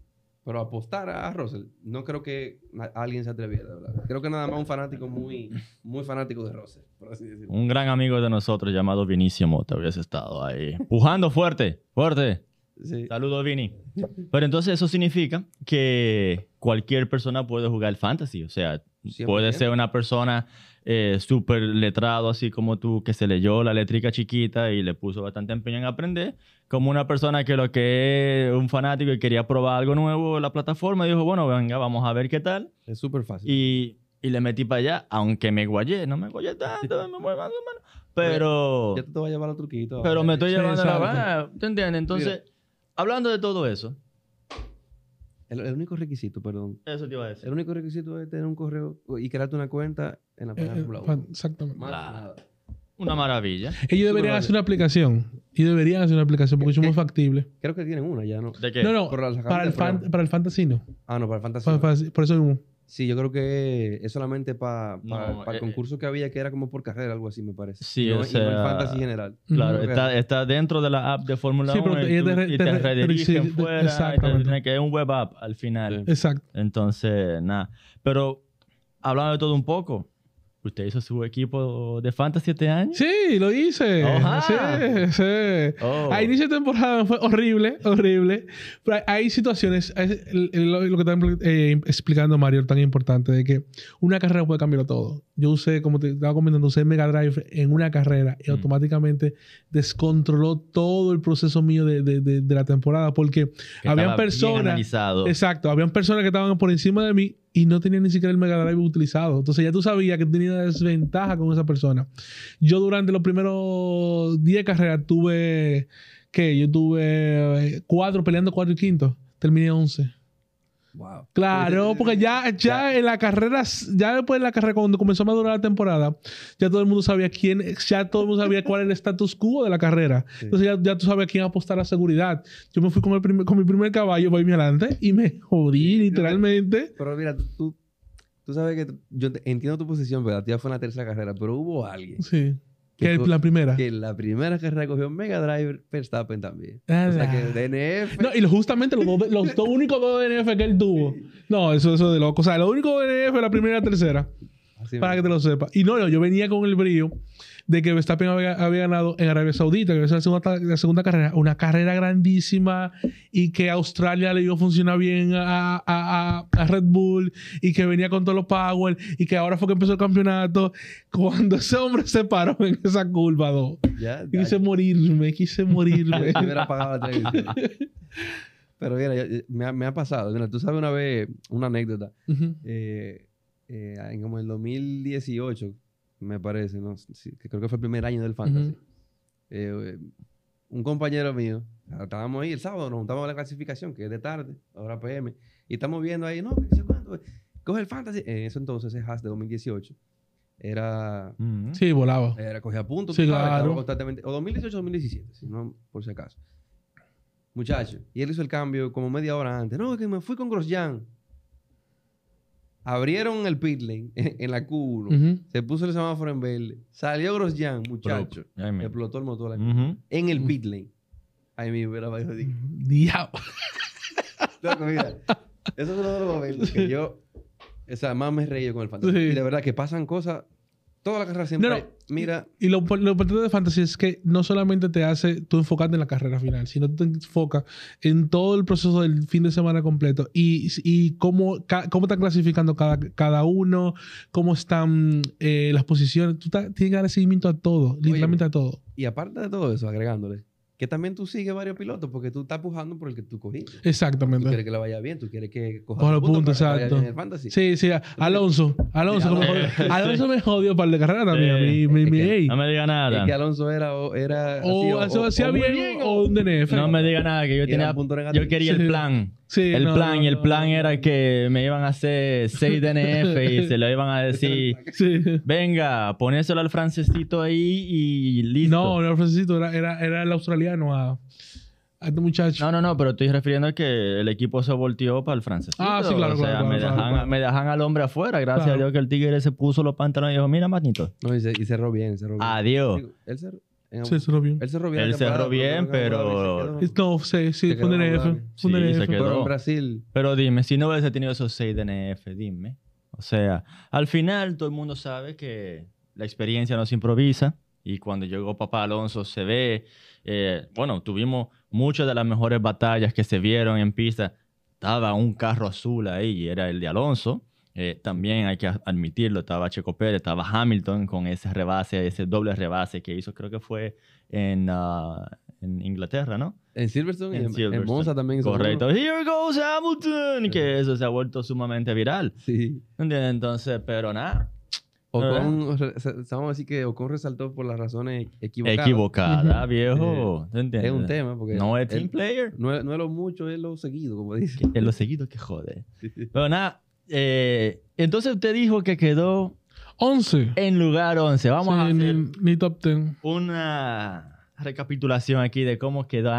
Speaker 3: Pero apostar a Russell, no creo que na- alguien se atreviera, de verdad. Creo que nada más un fanático muy, muy fanático de Russell, por así decirlo.
Speaker 2: Un gran amigo de nosotros llamado Vinicio Mota hubiese estado ahí. Pujando fuerte, fuerte.
Speaker 3: Sí.
Speaker 2: Saludos, Vini. Pero entonces eso significa que cualquier persona puede jugar fantasy. O sea,
Speaker 3: 100%.
Speaker 2: puede ser una persona eh, súper letrado, así como tú, que se leyó la letrica chiquita y le puso bastante empeño en aprender. Como una persona que lo que es un fanático y quería probar algo nuevo en la plataforma, dijo, bueno, venga, vamos a ver qué tal.
Speaker 3: Es súper fácil.
Speaker 2: Y, y le metí para allá, aunque me guayé. No me guayé tanto, me guayé más o menos. Pero...
Speaker 3: Ya te, te va a llevar los truquitos.
Speaker 2: Pero me estoy
Speaker 4: Sí,
Speaker 2: llevando la
Speaker 4: exacto.
Speaker 2: verdad. ¿Te entiendes? Entonces, hablando de todo eso,
Speaker 3: El, el único requisito, perdón.
Speaker 2: eso te iba a decir.
Speaker 3: El único requisito es tener un correo y crearte una cuenta en la
Speaker 4: Eh,
Speaker 3: página de
Speaker 4: eh,
Speaker 3: Fórmula
Speaker 4: fan-
Speaker 3: 1.
Speaker 4: exactamente.
Speaker 3: Más
Speaker 2: Claro.
Speaker 3: nada.
Speaker 2: Una maravilla.
Speaker 4: Ellos
Speaker 3: Súper
Speaker 4: deberían
Speaker 3: válido.
Speaker 4: hacer una aplicación. Ellos deberían hacer una aplicación porque eso es muy factible.
Speaker 3: Creo que tienen una ya, ¿no?
Speaker 2: ¿De qué?
Speaker 4: No, no.
Speaker 3: Pero la sacaron
Speaker 4: Para el,
Speaker 3: del programa.
Speaker 4: fan, para el fantasy no.
Speaker 3: Ah, no, para el fantasy.
Speaker 4: Para-
Speaker 3: no.
Speaker 4: para- por eso mismo.
Speaker 3: Sí, yo creo que es solamente para
Speaker 2: No,
Speaker 3: el
Speaker 2: eh,
Speaker 3: concurso que había, que era como por carrera, algo así, me parece.
Speaker 2: Sí,
Speaker 3: No,
Speaker 2: o
Speaker 3: y no el
Speaker 2: sea,
Speaker 3: fantasy general.
Speaker 2: Claro,
Speaker 3: Ok.
Speaker 2: está, está dentro de la app de Fórmula
Speaker 4: Sí,
Speaker 2: 1
Speaker 4: pero
Speaker 2: y,
Speaker 4: te-
Speaker 2: tú-
Speaker 4: te re-
Speaker 2: y
Speaker 4: te
Speaker 2: te,
Speaker 4: re-
Speaker 2: redirigen
Speaker 4: sí, te-
Speaker 2: fuera. y te-
Speaker 4: exactamente.
Speaker 2: tiene que es un web app al final.
Speaker 4: Exacto.
Speaker 2: Entonces, nada. Pero, hablando de todo un poco, ¿usted hizo su equipo de fantasy este año?
Speaker 4: Sí, lo hice.
Speaker 2: Ajá.
Speaker 4: Sí, sí.
Speaker 2: Oh.
Speaker 4: A inicio de temporada fue horrible, horrible. Pero hay- hay situaciones, hay- el- el- lo, lo que está impl- eh, explicando Mario, tan importante, de que una carrera puede cambiarlo todo. Yo usé, como te estaba comentando, usé Mega Drive en una carrera y
Speaker 2: Mm.
Speaker 4: automáticamente descontroló todo el proceso mío de, de- de- de la temporada porque
Speaker 2: Que
Speaker 4: habían
Speaker 2: estaba bien
Speaker 4: personas-
Speaker 2: analizado.
Speaker 4: Exacto, habían personas que estaban por encima de mí y no tenían ni siquiera el Mega Drive utilizado. Entonces ya tú sabías que tenía una desventaja con esa persona. Yo durante los primeros 10 carreras tuve, que Yo tuve eh, cuatro peleando cuatro y quinto. Terminé 11.
Speaker 3: Wow.
Speaker 4: Claro, porque ya, ya en la carrera, ya después de la carrera, cuando comenzó a madurar la temporada, ya todo el mundo sabía quién, ya todo el mundo sabía cuál era el status quo de la carrera.
Speaker 3: Sí.
Speaker 4: Entonces ya, ya tú sabías quién apostar a seguridad. Yo me fui con, el primer- con mi primer caballo, voy mi adelante, y me jodí literalmente.
Speaker 3: Pero mira, tú, tú, tú sabes que tú- yo te- entiendo tu posición, pero a ti ya fue en la tercera carrera, pero hubo alguien
Speaker 4: Sí.
Speaker 3: que
Speaker 4: Que el-
Speaker 3: co-
Speaker 4: la primera.
Speaker 3: que en la primera carrera cogió Mega Driver Verstappen también. O sea que DNF.
Speaker 4: Ah. No, y lo- justamente los, dos, los dos únicos dos DNF que él tuvo. No, eso, eso de loco. O sea, lo único DNF la primera y la tercera.
Speaker 3: así
Speaker 4: Para que
Speaker 3: mismo.
Speaker 4: te lo sepa. Y no, no, yo venía con el brío de que Verstappen había, había ganado en Arabia Saudita, que había sido la segunda, la segunda carrera, una carrera grandísima y que Australia le dio funciona bien a, a- a- a Red Bull y que venía con todos los power y que ahora fue que empezó el campeonato. Cuando ese hombre se paró en esa curva, dos,
Speaker 3: Ya, ya,
Speaker 4: quise morirme, quise morirme.
Speaker 3: yo hubiera apagado la televisión. Pero mira, yo- yo- me, ha, me ha pasado. Mira, tú sabes una vez, una anécdota.
Speaker 4: Ujú.
Speaker 3: eh, eh, en como el 2018, me parece, ¿no? Sí, que creo que fue el primer año del fantasy.
Speaker 4: Ujú.
Speaker 3: Eh, eh, un compañero mío, ah, estábamos ahí el sábado, nos juntamos a la clasificación, que es de tarde, ahora PM, y estamos viendo ahí, no, ¿qué sé cuánto? pues, Coge el fantasy. En eso entonces, ese hash de 2018, era,
Speaker 2: Mm.
Speaker 4: Sí, volaba.
Speaker 3: era cogía puntos,
Speaker 4: Sí,
Speaker 3: tú sabes,
Speaker 4: claro.
Speaker 3: estaba constantemente, o 2018 2017, si no, por si acaso. Muchacho, y él hizo el cambio como media hora antes. No, es que me fui con Grosjean. Abrieron el pit lane en, en la Q1.
Speaker 4: Ujú.
Speaker 3: Se puso el semáforo en verde. Salió Grosjean, muchacho.
Speaker 2: Ay, me-
Speaker 3: Explotó el motor aquí.
Speaker 2: Ujú.
Speaker 3: en el pit lane. Ay, mi hubiera bajado así.
Speaker 4: Diablo.
Speaker 3: Loco, mira. Eso es uno de los momentos que yo... O sea, más me reí yo con el fantasma.
Speaker 4: Sí.
Speaker 3: Y de verdad que pasan cosas... Toda la carrera siempre...
Speaker 4: No,
Speaker 3: hay-
Speaker 4: no.
Speaker 3: Mira...
Speaker 4: Y lo, lo importante de Fantasy es que no solamente te hace tú enfocarte en la carrera final, sino te enfoca en todo el proceso del fin de semana completo y, y cómo, ca- cómo están clasificando cada, cada uno, cómo están eh, las posiciones. Tú ta- tienes que darle seguimiento a todo, literalmente a todo.
Speaker 3: Y aparte de todo eso, agregándole, que también tú sigues varios pilotos porque tú estás pujando por el que tú cogiste.
Speaker 4: Exactamente.
Speaker 3: Tú quieres que le vaya bien, tú quieres que coja
Speaker 4: Coja
Speaker 3: los
Speaker 4: los
Speaker 3: para
Speaker 4: puntos,
Speaker 3: que le vaya
Speaker 4: exacto.
Speaker 3: bien en el fantasy.
Speaker 4: Sí, sí, a- Alonso.
Speaker 3: Sí,
Speaker 4: Alonso, como
Speaker 2: Alonso.
Speaker 4: jodió. Alonso me jodió para el de carrera también. a mí,
Speaker 2: Sí.
Speaker 4: mi- mi-
Speaker 3: Es que-
Speaker 4: ey.
Speaker 2: No me diga
Speaker 3: Es que
Speaker 2: nada.
Speaker 3: Alonso era... O, era así,
Speaker 4: O eso hacía
Speaker 3: muy
Speaker 4: bien, o un DNF.
Speaker 2: No me diga nada, que yo
Speaker 3: era
Speaker 2: tenía...
Speaker 3: un punto negativo.
Speaker 2: Yo quería el
Speaker 4: Sí.
Speaker 2: plan.
Speaker 4: Sí,
Speaker 2: El
Speaker 4: no,
Speaker 2: plan,
Speaker 4: no,
Speaker 2: y el
Speaker 4: no.
Speaker 2: plan era que me iban a hacer 6 DNF y se lo iban a decir,
Speaker 4: Sí.
Speaker 2: venga, ponéselo al francesito ahí y listo.
Speaker 4: No, no, Francisco, era, era, era el australiano a, a este muchacho.
Speaker 2: No, no, no, pero estoy refiriendo a que el equipo se volteó para el francés.
Speaker 4: Ah, sí, claro,
Speaker 2: o sea,
Speaker 4: claro,
Speaker 2: me,
Speaker 4: claro,
Speaker 2: dejan,
Speaker 4: claro.
Speaker 2: me dejan al hombre afuera. Gracias
Speaker 4: Claro.
Speaker 2: a Dios que el Tigre se puso los pantalones y dijo, mira, Magnito.
Speaker 3: No, y, se- y cerró bien, cerró bien.
Speaker 2: Adiós.
Speaker 3: Digo, él, cerró, en-
Speaker 4: Sí, eso lo vi.
Speaker 3: él cerró bien. la
Speaker 2: Ah, Él
Speaker 3: temporada,
Speaker 2: cerró bien, pero-
Speaker 3: quedó-
Speaker 4: No, sí, sí,
Speaker 3: Se
Speaker 4: fue
Speaker 3: quedó
Speaker 4: un DNF.
Speaker 3: Abu Dhabi.
Speaker 4: Fue un
Speaker 2: Sí, se
Speaker 4: DNF.
Speaker 2: quedó.
Speaker 3: Pero en Brasil,
Speaker 2: Pero dime, si no hubiese tenido esos seis DNF, dime. O sea, al final todo el mundo sabe que la experiencia no se improvisa. Y cuando llegó Papá Alonso se ve, eh, bueno, tuvimos muchas de las mejores batallas que se vieron en pista. Estaba un carro azul ahí, y era el de Alonso. Eh, también hay que a- admitirlo, estaba Checo Pérez, estaba Hamilton con ese rebase, ese doble rebase que hizo, creo que fue en, ah, en Inglaterra, ¿no?
Speaker 3: en Silverstone, y
Speaker 2: En
Speaker 3: en, en
Speaker 2: Silverstone.
Speaker 3: Monza también. seguro.
Speaker 2: Correcto. Here goes Hamilton. Que eso se ha vuelto sumamente viral.
Speaker 3: Sí.
Speaker 2: ¿Entiendes? Entonces, pero nada. Ah.
Speaker 3: Ocon, re- se- vamos a decir que Ocon resaltó por las razones equivocadas.
Speaker 2: Equivocada,
Speaker 4: Ujú.
Speaker 2: viejo. ¿Tú entiendes?
Speaker 3: Es un tema, porque
Speaker 2: No es team
Speaker 3: él-
Speaker 2: player.
Speaker 3: no, es- no es lo mucho, es lo seguido, como dice.
Speaker 2: Que Es lo seguido que jode. Pero nada. eh, entonces usted dijo que quedó
Speaker 4: 11.
Speaker 2: en lugar 11. Vamos a
Speaker 4: Sí, ni-
Speaker 2: hacer
Speaker 4: Ni top 10.
Speaker 2: una recapitulación aquí de cómo quedó,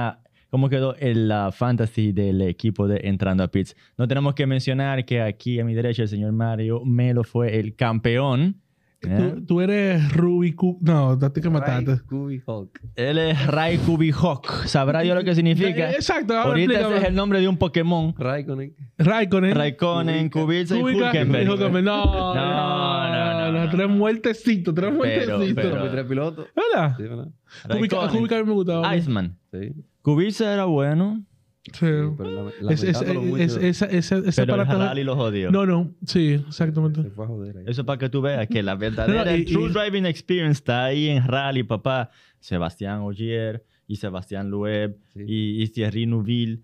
Speaker 2: cómo quedó el ah, fantasy del equipo de Entrando a Pits. No tenemos que mencionar que aquí a mi derecha el señor Mario Melo fue el campeón. ¿eh?
Speaker 4: Tú, tú eres Ruby Cu- No, date que mataste.
Speaker 3: Ray, Kubi, Hulk.
Speaker 2: Él es Ray Kubihok. ¿Sabrá yo lo que significa?
Speaker 4: Eh, Exacto, ahora
Speaker 2: Ahorita ese es
Speaker 4: explícame.
Speaker 2: el nombre de un Pokémon.
Speaker 3: Raikkonen.
Speaker 4: Raikkonen.
Speaker 2: Raikkonen, Kubica y
Speaker 4: Kubica y
Speaker 2: Hulkenberg.
Speaker 4: Hulkenberg. No,
Speaker 2: No,
Speaker 4: no,
Speaker 2: no,
Speaker 4: no,
Speaker 2: no,
Speaker 4: no,
Speaker 2: no.
Speaker 4: Tres muertecitos, tres
Speaker 2: Pero,
Speaker 4: muertecitos.
Speaker 2: pero-
Speaker 3: Los tres pilotos.
Speaker 4: ¿Verdad?
Speaker 3: Sí, ¿verdad?
Speaker 4: Kubica,
Speaker 2: Raikkonen.
Speaker 4: Kubica a mí me gustaba.
Speaker 2: Iceman.
Speaker 3: Sí.
Speaker 2: Kubica era bueno,
Speaker 3: Sí,
Speaker 4: Sí.
Speaker 3: pero la-
Speaker 4: Es- es-
Speaker 3: lamentándolo mucho,
Speaker 4: es- esa- esa- esa
Speaker 2: pero el
Speaker 4: parata-
Speaker 2: Halal y los odió.
Speaker 4: No, no, sí, exactamente.
Speaker 3: se fue a joder ahí.
Speaker 2: Eso es para que tú veas que la verdadera
Speaker 4: No, no, y-
Speaker 2: True
Speaker 4: y-
Speaker 2: Driving Experience está ahí en Rally, papá. Sebastián Ogier y Sebastián Loeb
Speaker 3: Sí.
Speaker 2: y, y Thierry Neuville.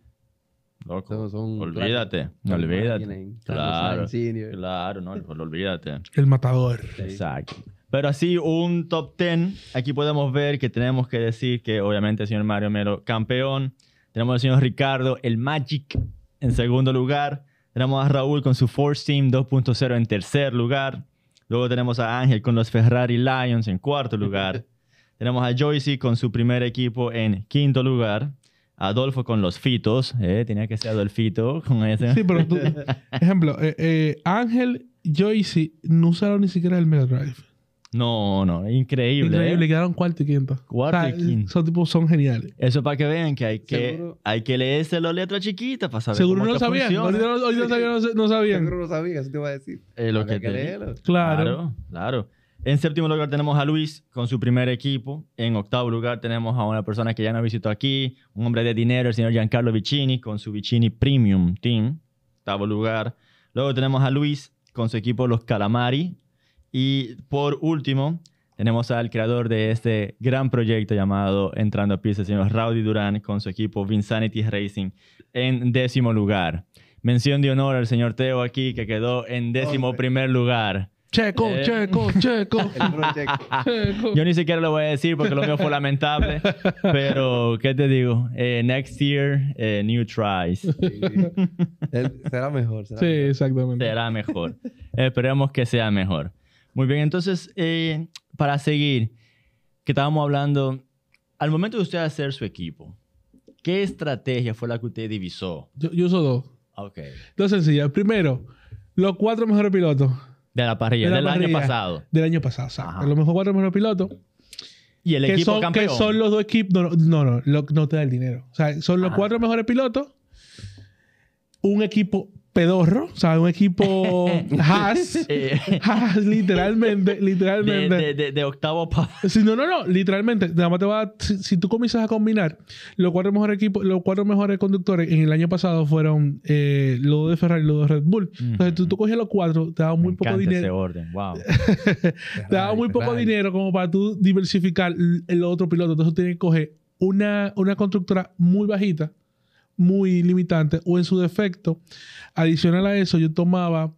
Speaker 2: Loco,
Speaker 3: Son- son
Speaker 2: olvídate,
Speaker 3: Son
Speaker 2: olvídate.
Speaker 3: máquinas.
Speaker 2: Claro.
Speaker 3: Carlos Sainz Senior.
Speaker 2: Claro, no, olvídate.
Speaker 4: El matador.
Speaker 3: Sí.
Speaker 2: Exacto. Pero así, un top 10. Aquí podemos ver que tenemos que decir que, obviamente, el señor Mario Melo, campeón. Tenemos al señor Ricardo, el Magic, en segundo lugar. Tenemos a Raúl con su Force Team 2.0 en tercer lugar. Luego tenemos a Ángel con los Ferrari Lions en cuarto lugar. tenemos a Joyce con su primer equipo en quinto lugar. Adolfo con los Fitos. eh, tenía que ser Adolfito con ese.
Speaker 4: Sí, pero tú, ejemplo, eh, eh, Ángel, Joyce no usaron ni siquiera el Mega Drive.
Speaker 2: No, no, increíble. eh.
Speaker 4: Increíble, quedaron cuarto y quinto.
Speaker 2: Cuarto y quinto.
Speaker 4: Esos tipos son geniales.
Speaker 2: Eso para que vean que hay que,
Speaker 3: Seguro-
Speaker 2: hay que leerse las letras chiquitas para saber
Speaker 4: Seguro
Speaker 2: cómo
Speaker 4: no
Speaker 2: es
Speaker 4: lo
Speaker 2: que
Speaker 4: sabían.
Speaker 2: funciona.
Speaker 4: Ahorita, no- ahorita sabían, no, se- no
Speaker 3: Seguro
Speaker 4: sabían.
Speaker 3: no sabía, eso te iba a decir.
Speaker 2: Es lo que
Speaker 3: Había
Speaker 2: te digo.
Speaker 3: leerlo.
Speaker 4: Claro.
Speaker 2: Claro, claro. En séptimo lugar tenemos a Luis con su primer equipo. En octavo lugar tenemos a una persona que ya nos visitó aquí, un hombre de dinero, el señor Giancarlo Vicini, con su Vicini Premium Team. Octavo lugar. Luego tenemos a Luis con su equipo Los Calamari. Y por último, tenemos al creador de este gran proyecto llamado Entrando a Pista, el señor Rowdy Durán, con su equipo Vinsanity Racing, en décimo lugar. Mención de honor al señor Teo aquí, que quedó en décimo
Speaker 3: Hombre.
Speaker 2: primer lugar.
Speaker 4: Checo,
Speaker 2: Eh.
Speaker 4: checo, checo,
Speaker 3: El proyecto.
Speaker 4: checo.
Speaker 2: Yo ni siquiera lo voy a decir porque lo mío fue lamentable. Pero, ¿qué te digo? Eh, next year, eh, new tries.
Speaker 3: Sí. Él- será mejor. Será
Speaker 4: Sí,
Speaker 3: mejor.
Speaker 4: exactamente.
Speaker 2: Será mejor. Esperemos que sea mejor. Muy bien, entonces, eh, para seguir, que estábamos hablando, al momento de usted hacer su equipo, ¿qué estrategia fue la que usted divisó?
Speaker 4: Yo, yo uso dos.
Speaker 2: Ok.
Speaker 4: Dos sencillas. Primero, los cuatro mejores pilotos
Speaker 2: De la parrilla,
Speaker 4: De la
Speaker 2: del año
Speaker 4: parrilla.
Speaker 2: pasado.
Speaker 4: del año pasado. o sea,
Speaker 2: Ajá.
Speaker 4: Los mejores cuatro mejores pilotos.
Speaker 2: Y el
Speaker 4: que
Speaker 2: equipo
Speaker 4: son, que
Speaker 2: campeón.
Speaker 4: son los dos equipos. No, no, no, lo- no te da el dinero. O sea, son los
Speaker 2: Ah.
Speaker 4: cuatro mejores pilotos. Un equipo pedorro. O sea, un equipo Haas.
Speaker 2: Eh,
Speaker 4: Haas, literalmente,
Speaker 2: de,
Speaker 4: literalmente.
Speaker 2: de- de- de octavo para...
Speaker 4: Si no, no, no, literalmente, nada más te va a- si, si tú comienzas a combinar los cuatro mejores equipos, los cuatro mejores conductores en el año pasado fueron eh, los dos de Ferrari, los dos de Red Bull. Entonces tú, tú cogías los cuatro, te daba muy poco
Speaker 2: ese
Speaker 4: dinero,
Speaker 2: orden, wow.
Speaker 4: te daba
Speaker 3: Ferrari,
Speaker 4: muy poco
Speaker 3: Ferrari.
Speaker 4: dinero como para tú diversificar l- el otro piloto. Entonces tú tienes que coger una, una constructora muy bajita, muy limitante, o en su defecto, adicional a eso, yo tomaba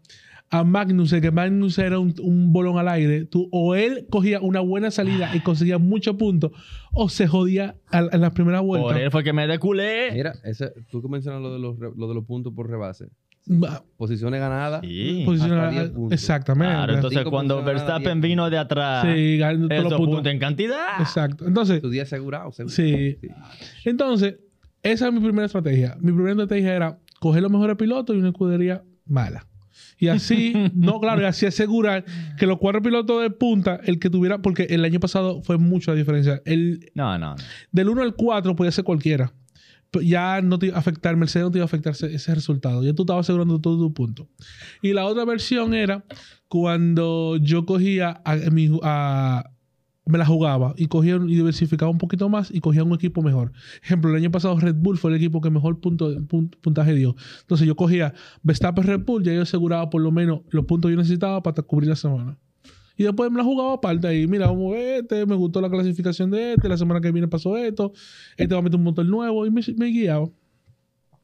Speaker 4: a Magnussen, que Magnussen era un, un bolón al aire, tú, o él cogía una buena salida y conseguía muchos puntos, o se jodía al- en las primeras
Speaker 2: Por él
Speaker 4: vueltas.
Speaker 2: fue que me deculé.
Speaker 3: Mira, ese, tú que mencionas lo de, los, re- lo de los puntos por rebase.
Speaker 4: Va-
Speaker 3: Posiciones ganadas.
Speaker 2: Sí.
Speaker 4: posicionar-
Speaker 3: hasta 10 puntos.
Speaker 4: exactamente.
Speaker 2: Claro, entonces
Speaker 4: pues,
Speaker 3: Cinco
Speaker 2: cuando
Speaker 3: puntos,
Speaker 2: Verstappen
Speaker 3: diez
Speaker 2: vino de atrás,
Speaker 4: sí, ganando todos
Speaker 2: esos
Speaker 4: los
Speaker 2: puntos
Speaker 4: puntos.
Speaker 2: en cantidad.
Speaker 4: Exacto. Entonces,
Speaker 3: Tu día asegurado. seguro.
Speaker 4: Sí. Entonces, Esa es mi primera estrategia. Mi primera estrategia era coger los mejores pilotos y una escudería mala. Y así, no, claro, y así asegurar que los cuatro pilotos de punta, el que tuviera, porque el año pasado fue mucha diferencia. El,
Speaker 2: No, no, no.
Speaker 4: del 1 al 4 podía ser cualquiera. Pero Ya no te iba a afectar, Mercedes no te iba a afectar ese, ese resultado. Ya tú estabas asegurando todo tu punto. Y la otra versión era cuando yo cogía a, mi ju- a- me la jugaba y cogía un- y diversificaba un poquito más y cogía un equipo mejor. Ejemplo, el año pasado Red Bull fue el equipo que mejor punto, pun- puntaje dio. Entonces yo cogía Verstappen Red Bull, ya yo aseguraba por lo menos los puntos que yo necesitaba para cubrir la semana. Y después me la jugaba aparte ahí. Mira, vamos a ver este, me gustó la clasificación de este, la semana que viene pasó esto, este va a meter un motor nuevo y me, me guiaba.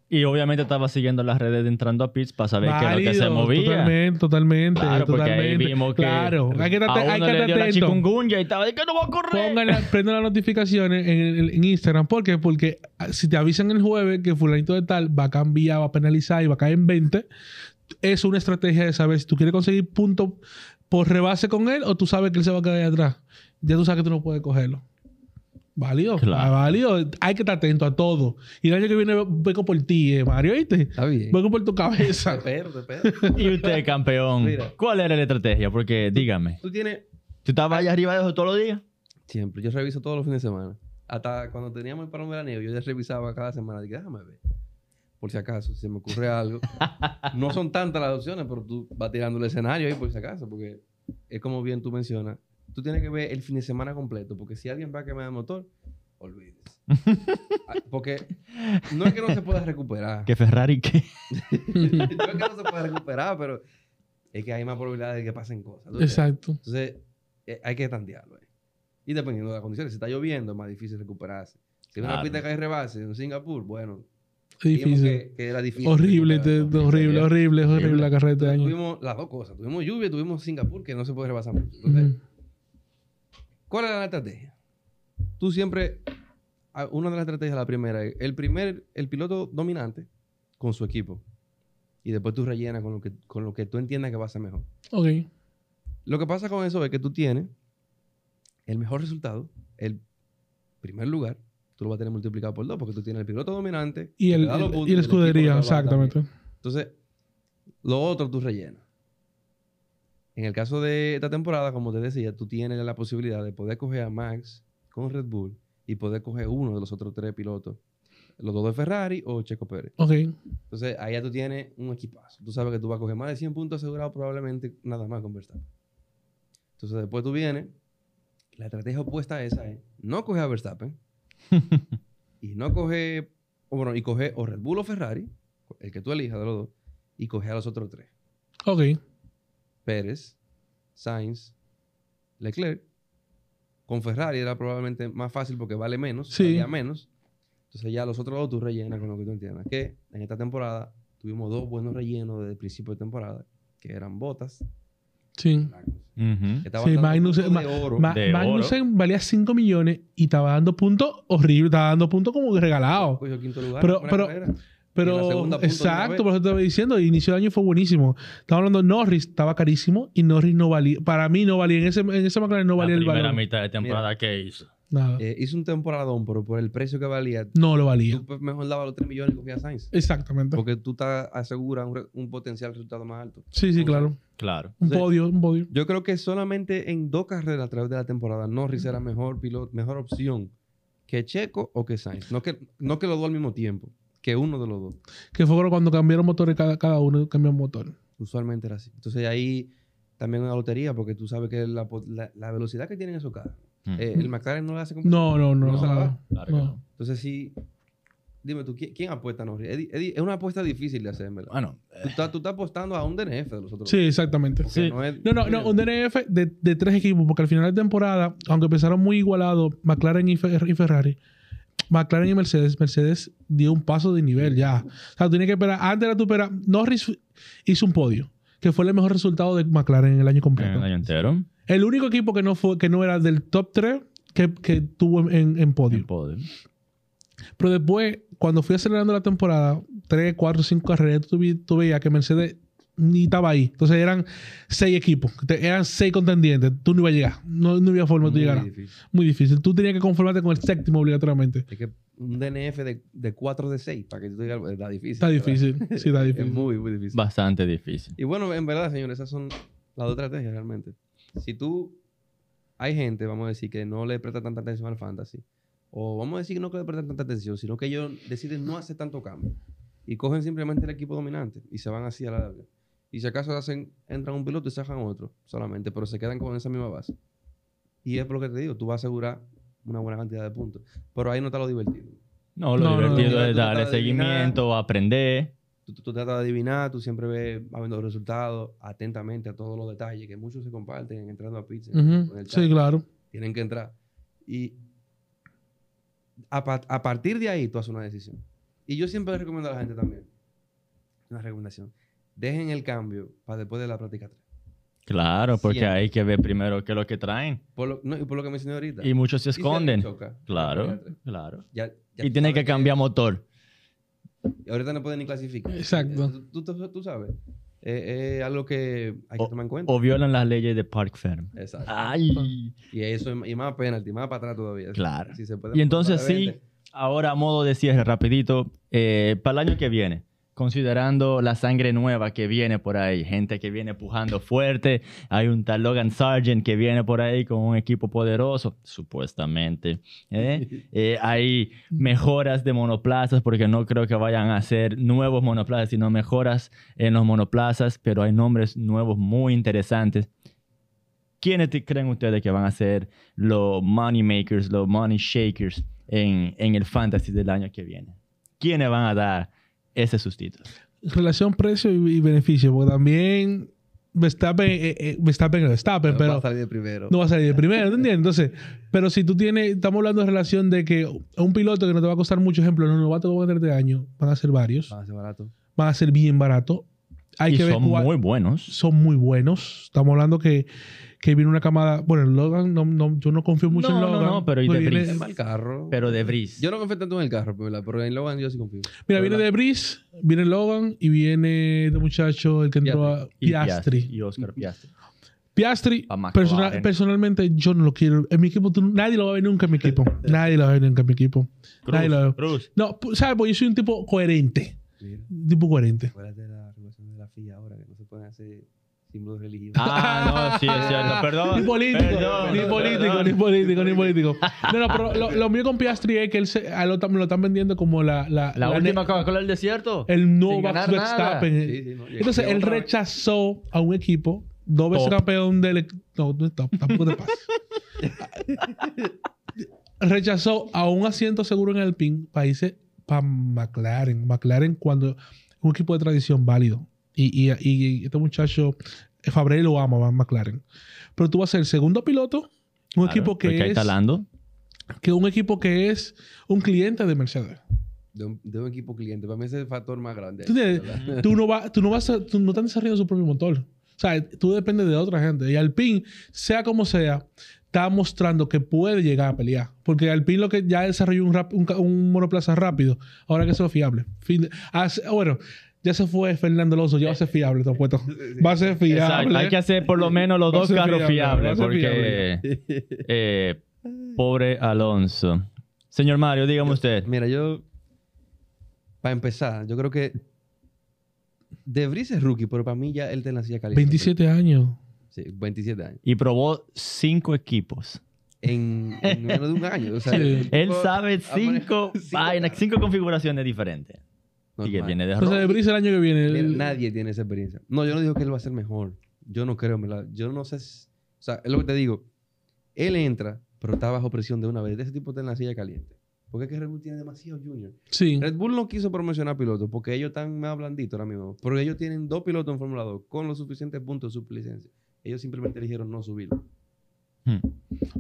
Speaker 2: Y obviamente estaba siguiendo las redes de entrando a pits para saber qué es lo que se
Speaker 4: Válido,
Speaker 2: movía.
Speaker 4: Totalmente, totalmente.
Speaker 2: Claro, porque
Speaker 4: totalmente.
Speaker 2: ahí vimos que
Speaker 4: Claro, hay que
Speaker 2: a
Speaker 4: estar,
Speaker 2: uno
Speaker 4: hay que
Speaker 2: le
Speaker 4: estar
Speaker 2: dio la
Speaker 4: atento.
Speaker 2: chikungunya y estaba de que no va a correr.
Speaker 4: Pongan la- prendan las notificaciones en, el- en Instagram. ¿Por qué? Porque ah, si te avisan el jueves que fulanito de tal va a cambiar, va a penalizar y va a caer en 20, es una estrategia de saber si tú quieres conseguir puntos por rebase con él o tú sabes que él se va a quedar ahí atrás. Ya tú sabes que tú no puedes cogerlo. Válido. ah,
Speaker 2: Claro.
Speaker 4: Válido. Hay que estar atento a todo. Y el año que viene vengo por ti, eh, Mario, ¿viste?
Speaker 3: Está bien.
Speaker 4: Vengo por tu cabeza.
Speaker 3: Perro, perro.
Speaker 2: Y usted, campeón,
Speaker 3: Mira.
Speaker 2: ¿cuál era la estrategia? Porque dígame,
Speaker 3: Tú tienes
Speaker 2: ¿tú estabas allá arriba de eso todos los días?
Speaker 3: Siempre, yo reviso todos los fines de semana. Hasta cuando teníamos el parón veraniego, yo ya revisaba cada semana. Dije, déjame ver. Por si acaso, si se me ocurre algo. no son tantas las opciones, pero tú vas tirando el escenario ahí por si acaso, porque es como bien tú mencionas. Tú tienes que ver el fin de semana completo, porque si alguien va a quemar el motor, olvides. Ah, porque no es que no se pueda recuperar.
Speaker 2: Que Ferrari, que
Speaker 3: no es que no se pueda recuperar, pero es que hay más probabilidades de que pasen cosas. ¿tú entiendes?
Speaker 4: Exacto.
Speaker 3: Entonces, eh, hay que tantearlo. eh. Y dependiendo de las condiciones, si está lloviendo, es más difícil recuperarse. Si es una
Speaker 2: Claro.
Speaker 3: pista que hay rebase en Singapur, bueno,
Speaker 4: Es
Speaker 3: dijimos
Speaker 4: Difícil.
Speaker 3: Que, que era difícil.
Speaker 4: Horrible, te-
Speaker 3: recuperarse.
Speaker 4: horrible, horrible, horrible la carrera de este
Speaker 3: Entonces,
Speaker 4: año.
Speaker 3: Tuvimos las dos cosas. Tuvimos lluvia, tuvimos Singapur, que no se puede rebasar mucho. Entonces,
Speaker 4: Ujú.
Speaker 3: ¿Cuál era la estrategia? Tú siempre, a- una de las estrategias, la primera, es el primer, el piloto dominante con su equipo. Y después tú rellenas con lo que, con lo que tú entiendas que va a ser mejor.
Speaker 4: Ok.
Speaker 3: Lo que pasa con eso es que tú tienes el mejor resultado, el primer lugar, tú lo vas a tener multiplicado por dos, porque tú tienes el piloto dominante
Speaker 4: Y,
Speaker 3: que
Speaker 4: el,
Speaker 3: te da los puntos,
Speaker 4: y la
Speaker 3: el equipo que te
Speaker 4: escudería,
Speaker 3: va
Speaker 4: exactamente.
Speaker 3: también. Entonces, lo otro tú rellenas. En el caso de esta temporada, como te decía, tú tienes la posibilidad de poder coger a Max con Red Bull y poder coger uno de los otros tres pilotos, los dos de Ferrari o Checo Pérez.
Speaker 4: Ok.
Speaker 3: Entonces, ahí ya tú tienes un equipazo. Tú sabes que tú vas a coger más de 100 puntos asegurados probablemente nada más con Verstappen. Entonces, después tú vienes. La estrategia opuesta a esa es no coger a Verstappen y no coger, o bueno, y coger o Red Bull o Ferrari, el que tú elijas de los dos, y coger a los otros tres.
Speaker 4: Ok.
Speaker 3: Pérez, Sainz, Leclerc. Con Ferrari era probablemente más fácil porque vale menos,
Speaker 4: Sí.
Speaker 3: valía menos. Entonces ya los otros dos tú rellenas con lo que tú entiendas. Que en esta temporada tuvimos dos buenos rellenos desde el principio de temporada, que eran botas.
Speaker 4: Sí.
Speaker 3: Que
Speaker 2: Ujú.
Speaker 3: estaban
Speaker 4: Sí,
Speaker 3: dando
Speaker 4: Magnus-
Speaker 3: puntos
Speaker 4: Ma-
Speaker 3: de oro.
Speaker 4: Ma-
Speaker 2: De oro.
Speaker 4: Magnussen valía 5 millones y estaba dando puntos horrible, estaba dando puntos como regalado.
Speaker 3: Cogió quinto lugar.
Speaker 4: Pero-
Speaker 3: en una
Speaker 4: pero-
Speaker 3: carrera. Y la segunda
Speaker 4: Pero,
Speaker 3: punto de una vez.
Speaker 4: exacto, por eso te estaba diciendo, el inicio del año fue buenísimo. Estaba hablando de Norris, estaba carísimo y Norris no valía, para mí no valía, en ese, en ese McLaren no
Speaker 2: la
Speaker 4: valía el
Speaker 2: primera
Speaker 4: valor.
Speaker 2: mitad de temporada que hizo.
Speaker 4: Nada.
Speaker 3: Eh, hizo un temporadón, pero por el precio que valía,
Speaker 4: no lo valía.
Speaker 3: tú pues, mejor daba los 3 millones y cogías a Sainz.
Speaker 4: Exactamente.
Speaker 3: Porque tú te aseguras un, re- un potencial resultado más alto.
Speaker 4: Sí, sí, claro.
Speaker 2: Claro.
Speaker 4: Un
Speaker 3: Sí.
Speaker 4: podio, un podio.
Speaker 3: Yo creo que solamente en dos carreras a través de la temporada Norris era mejor piloto, mejor opción que Checo o que Sainz. No que, no que los dos al mismo tiempo, que uno de los dos.
Speaker 4: Que fue cuando cambiaron motores cada, cada uno, cambiaron motor.
Speaker 3: Usualmente era así. Entonces ahí también una lotería porque tú sabes que la, po- la- la velocidad que tienen esos carros.
Speaker 2: Mm.
Speaker 3: eh, el McLaren no la hace competir.
Speaker 4: No, no, no.
Speaker 3: No ah, se la da.
Speaker 2: Claro que
Speaker 4: no.
Speaker 2: no.
Speaker 3: Entonces sí, dime tú, ¿quién, quién apuesta a Norris? Es di- Es, di- es una apuesta difícil de hacer, en ¿verdad?
Speaker 2: Bueno,
Speaker 3: Tú, estás, tú estás apostando a un DNF de los otros.
Speaker 4: Ah, Sí, exactamente.
Speaker 3: Porque
Speaker 2: sí.
Speaker 3: es-
Speaker 4: No, no, no, un DNF de, de tres equipos, porque al final de temporada, aunque empezaron muy igualados McLaren y, Fer- y Ferrari, McLaren y Mercedes, Mercedes dio un paso de nivel ya. O sea, tú tienes que esperar, antes era tú esperar, Norris hizo un podio, que fue el mejor resultado de McLaren en el año
Speaker 2: eh, en
Speaker 4: completo.
Speaker 2: el año entero.
Speaker 4: El único equipo que no, fue, que no era del top 3 que, que tuvo en, en podio.
Speaker 2: en podio.
Speaker 4: Pero después, cuando fui acelerando la temporada, 3, 4, 5 carreras, tú, vi- tú veías que Mercedes ni estaba ahí. Entonces eran seis equipos, te- eran seis contendientes. Tú no ibas a llegar, no, no había forma de tú
Speaker 3: Muy
Speaker 4: llegar.
Speaker 3: difícil.
Speaker 4: Muy difícil. Tú tenías que conformarte con el séptimo obligatoriamente.
Speaker 3: Es que un DNF de, de 4 de 6, para que tú digas, "Pues, está difícil.
Speaker 4: Está
Speaker 3: ¿verdad?
Speaker 4: difícil, sí, está
Speaker 3: Es
Speaker 4: difícil.
Speaker 3: muy, muy difícil.
Speaker 2: Bastante difícil.
Speaker 3: Y bueno, en verdad, señores, esas son las dos estrategias realmente. Si tú, hay gente, vamos a decir, que no le presta tanta atención al fantasy, o vamos a decir que no que le prestan tanta atención, sino que ellos deciden no hacer tanto cambio y cogen simplemente el equipo dominante y se van así a la larga. Y si acaso hacen, entran un piloto y sacan otro solamente, pero se quedan con esa misma base. Y es por lo que te digo, tú vas a asegurar una buena cantidad de puntos. Pero ahí no está lo divertido.
Speaker 2: No, lo
Speaker 4: No, no, no,
Speaker 2: divertido
Speaker 3: no,
Speaker 2: es
Speaker 3: tú tratas
Speaker 2: darle
Speaker 3: de adivinar.
Speaker 2: seguimiento, aprender.
Speaker 3: tú, tú- tú tratas de adivinar, tú siempre ves, vas viendo los resultados atentamente a todos los detalles, que muchos se comparten en entrando a pizza.
Speaker 4: Ujú,
Speaker 3: en el chat.
Speaker 4: Sí, claro.
Speaker 3: Tienen que entrar. Y a, pa- a partir de ahí tú haces una decisión. Y yo siempre le recomiendo a la gente también, una recomendación, dejen el cambio para después de la práctica 3.
Speaker 2: Claro, porque
Speaker 3: Siempre.
Speaker 2: hay que ver primero qué es lo que traen.
Speaker 3: Por lo, no, y por lo que mencioné ahorita.
Speaker 2: Y muchos se
Speaker 3: si
Speaker 2: esconden.
Speaker 3: choca,
Speaker 2: Claro,
Speaker 3: práctica tres.
Speaker 2: claro.
Speaker 3: Ya- ya
Speaker 2: Y
Speaker 3: tú
Speaker 2: tiene
Speaker 3: sabes
Speaker 2: que cambiar motor.
Speaker 3: Y ahorita no pueden ni clasificar.
Speaker 4: Exacto.
Speaker 3: Tú, tú- tú sabes. Eh, Es algo que hay que tomar en cuenta.
Speaker 2: O violan las leyes de Park Ferm.
Speaker 3: Exacto.
Speaker 2: Ah, Ay.
Speaker 3: Y eso es- y más penalti, más para atrás todavía.
Speaker 2: Claro.
Speaker 3: Si se puede
Speaker 2: Y entonces
Speaker 3: para
Speaker 2: sí,
Speaker 3: 20.
Speaker 2: ahora a modo de cierre rapidito, eh, para el año que viene, considerando la sangre nueva que viene por ahí, gente que viene pujando fuerte, hay un tal Logan Sargent que viene por ahí con un equipo poderoso, supuestamente. ¿eh? Eh, hay mejoras de monoplazas, porque no creo que vayan a ser nuevos monoplazas, sino mejoras en los monoplazas, pero hay nombres nuevos muy interesantes. ¿Quiénes te- creen ustedes que van a ser los money makers, los money shakers en, en el fantasy del año que viene? ¿Quiénes van a dar ese sustito?
Speaker 4: Relación precio y, y beneficio, porque también Verstappen, eh, eh, Verstappen es Verstappen,
Speaker 3: va a
Speaker 4: pero
Speaker 3: salir de primero.
Speaker 4: no va a salir de primero, ¿entiendes? Entonces, pero si tú tienes, estamos hablando de relación de que un piloto que no te va a costar mucho, ejemplo, los novatos que van a tener de año, van a ser varios,
Speaker 3: Va a ser barato.
Speaker 4: van a ser bien barato. Hay
Speaker 2: y
Speaker 4: que ver
Speaker 2: son
Speaker 4: cuál-
Speaker 2: muy buenos.
Speaker 4: son muy buenos. Estamos hablando que, que viene una camada. Bueno, en Logan, no, no, yo no confío mucho
Speaker 2: No,
Speaker 4: en
Speaker 2: no,
Speaker 4: Logan.
Speaker 2: no, pero y
Speaker 4: Porque
Speaker 2: de
Speaker 4: viene-
Speaker 2: Brice.
Speaker 3: Es mal carro.
Speaker 2: Pero de Brice.
Speaker 3: Yo no confío tanto en el carro, pero, pero en Logan yo sí confío.
Speaker 4: Mira, viene de Brice, viene Logan y viene este muchacho, el que entró a
Speaker 2: Y
Speaker 4: Piastri.
Speaker 2: Y Oscar Piastri.
Speaker 4: Piastri,
Speaker 2: Pa' McLaren.
Speaker 4: persona- personalmente yo no lo quiero. En mi equipo, tú- nadie lo va a ver nunca en mi equipo. nadie lo va a ver nunca en mi equipo. Nadie lo va a
Speaker 2: Cruz,
Speaker 4: ver.
Speaker 2: Cruz.
Speaker 4: No, pu- ¿sabes? Porque yo soy un tipo coherente.
Speaker 3: Mira,
Speaker 4: Un tipo coherente.
Speaker 3: acuérdate de la regulación de la FIA ahora, que no se pueden hacer símbolos religiosos.
Speaker 2: Ah, no, sí, es cierto. Perdón.
Speaker 4: Ni político,
Speaker 2: perdón,
Speaker 4: ni político, ni
Speaker 2: perdón.
Speaker 4: político, ni político. No, no, pero lo, lo mío con Piastri es que él se, a lo, tam- lo están vendiendo como la, la,
Speaker 2: La
Speaker 4: la-
Speaker 2: última Coca-Cola del desierto.
Speaker 4: el nuevo
Speaker 2: sin ganar
Speaker 4: Verstappen.
Speaker 3: Sí, sí, no, y-
Speaker 4: Entonces,
Speaker 3: y
Speaker 4: él
Speaker 3: otra-
Speaker 4: rechazó a un equipo, dos veces
Speaker 2: Top.
Speaker 4: campeón del... No, no, no, tampoco te pases. rechazó a un asiento seguro en Alpine para irse para McLaren. McLaren cuando es un equipo de tradición válido. Y, y- y este muchacho, eh, Fabré lo ama, va a McLaren. Pero tú vas a ser el segundo piloto, un
Speaker 2: Claro,
Speaker 4: equipo
Speaker 2: porque
Speaker 4: que
Speaker 2: ahí
Speaker 4: es...
Speaker 2: está Lando.
Speaker 4: Que un equipo que es un cliente de Mercedes.
Speaker 3: De un, de un equipo cliente. Para mí ese es el factor más grande.
Speaker 4: ¿Tú entiendes? tú no vas, tú no vas a- tú no estás desarrollando su propio motor. O sea, tú dependes de otra gente. Y Alpine, sea como sea, está mostrando que puede llegar a pelear. Porque Alpine lo que ya desarrolló un, rap- un, ca- un monoplaza rápido, ahora que se lo fiable. Fin de- hace- bueno, ya se fue Fernando Alonso, ya va a ser fiable, te apuesto. Va a ser fiable.
Speaker 2: Exacto, hay que hacer por lo menos los
Speaker 4: Va a
Speaker 2: dos
Speaker 4: ser
Speaker 2: carros
Speaker 4: fiable, va a
Speaker 2: fiables,
Speaker 4: ser
Speaker 2: porque eh, pobre Alonso. Señor Mario, dígame usted.
Speaker 3: Mira, yo. Para empezar, yo creo que. De Vries es rookie, pero para mí ya él te la hacía caliente. pues.
Speaker 4: 27 años.
Speaker 3: Sí, 27 años.
Speaker 2: Y probó cinco equipos.
Speaker 3: en, en menos de un año. O sea,
Speaker 4: Sí.
Speaker 3: el tipo
Speaker 2: Él sabe
Speaker 3: ha manejado
Speaker 2: cinco vainas, cinco configuraciones diferentes. Y que
Speaker 3: Normal.
Speaker 2: viene de
Speaker 4: Entonces, de
Speaker 2: Roma.
Speaker 4: Brice el año que viene.
Speaker 3: Mira,
Speaker 4: el-
Speaker 3: nadie tiene esa experiencia. No, yo no digo que él va a ser mejor. Yo no creo, en ¿verdad? Yo no sé. si- o sea, es lo que te digo. Él entra, pero está bajo presión de una vez. Ese tipo está en la silla caliente. Porque es que Red Bull tiene demasiado junior.
Speaker 4: Sí.
Speaker 3: Red Bull no quiso promocionar pilotos porque ellos están más blanditos ahora mismo. Porque ellos tienen dos pilotos en Fórmula 2 con los suficientes puntos de su licencia. Ellos simplemente eligieron no subirlo.
Speaker 2: Hmm.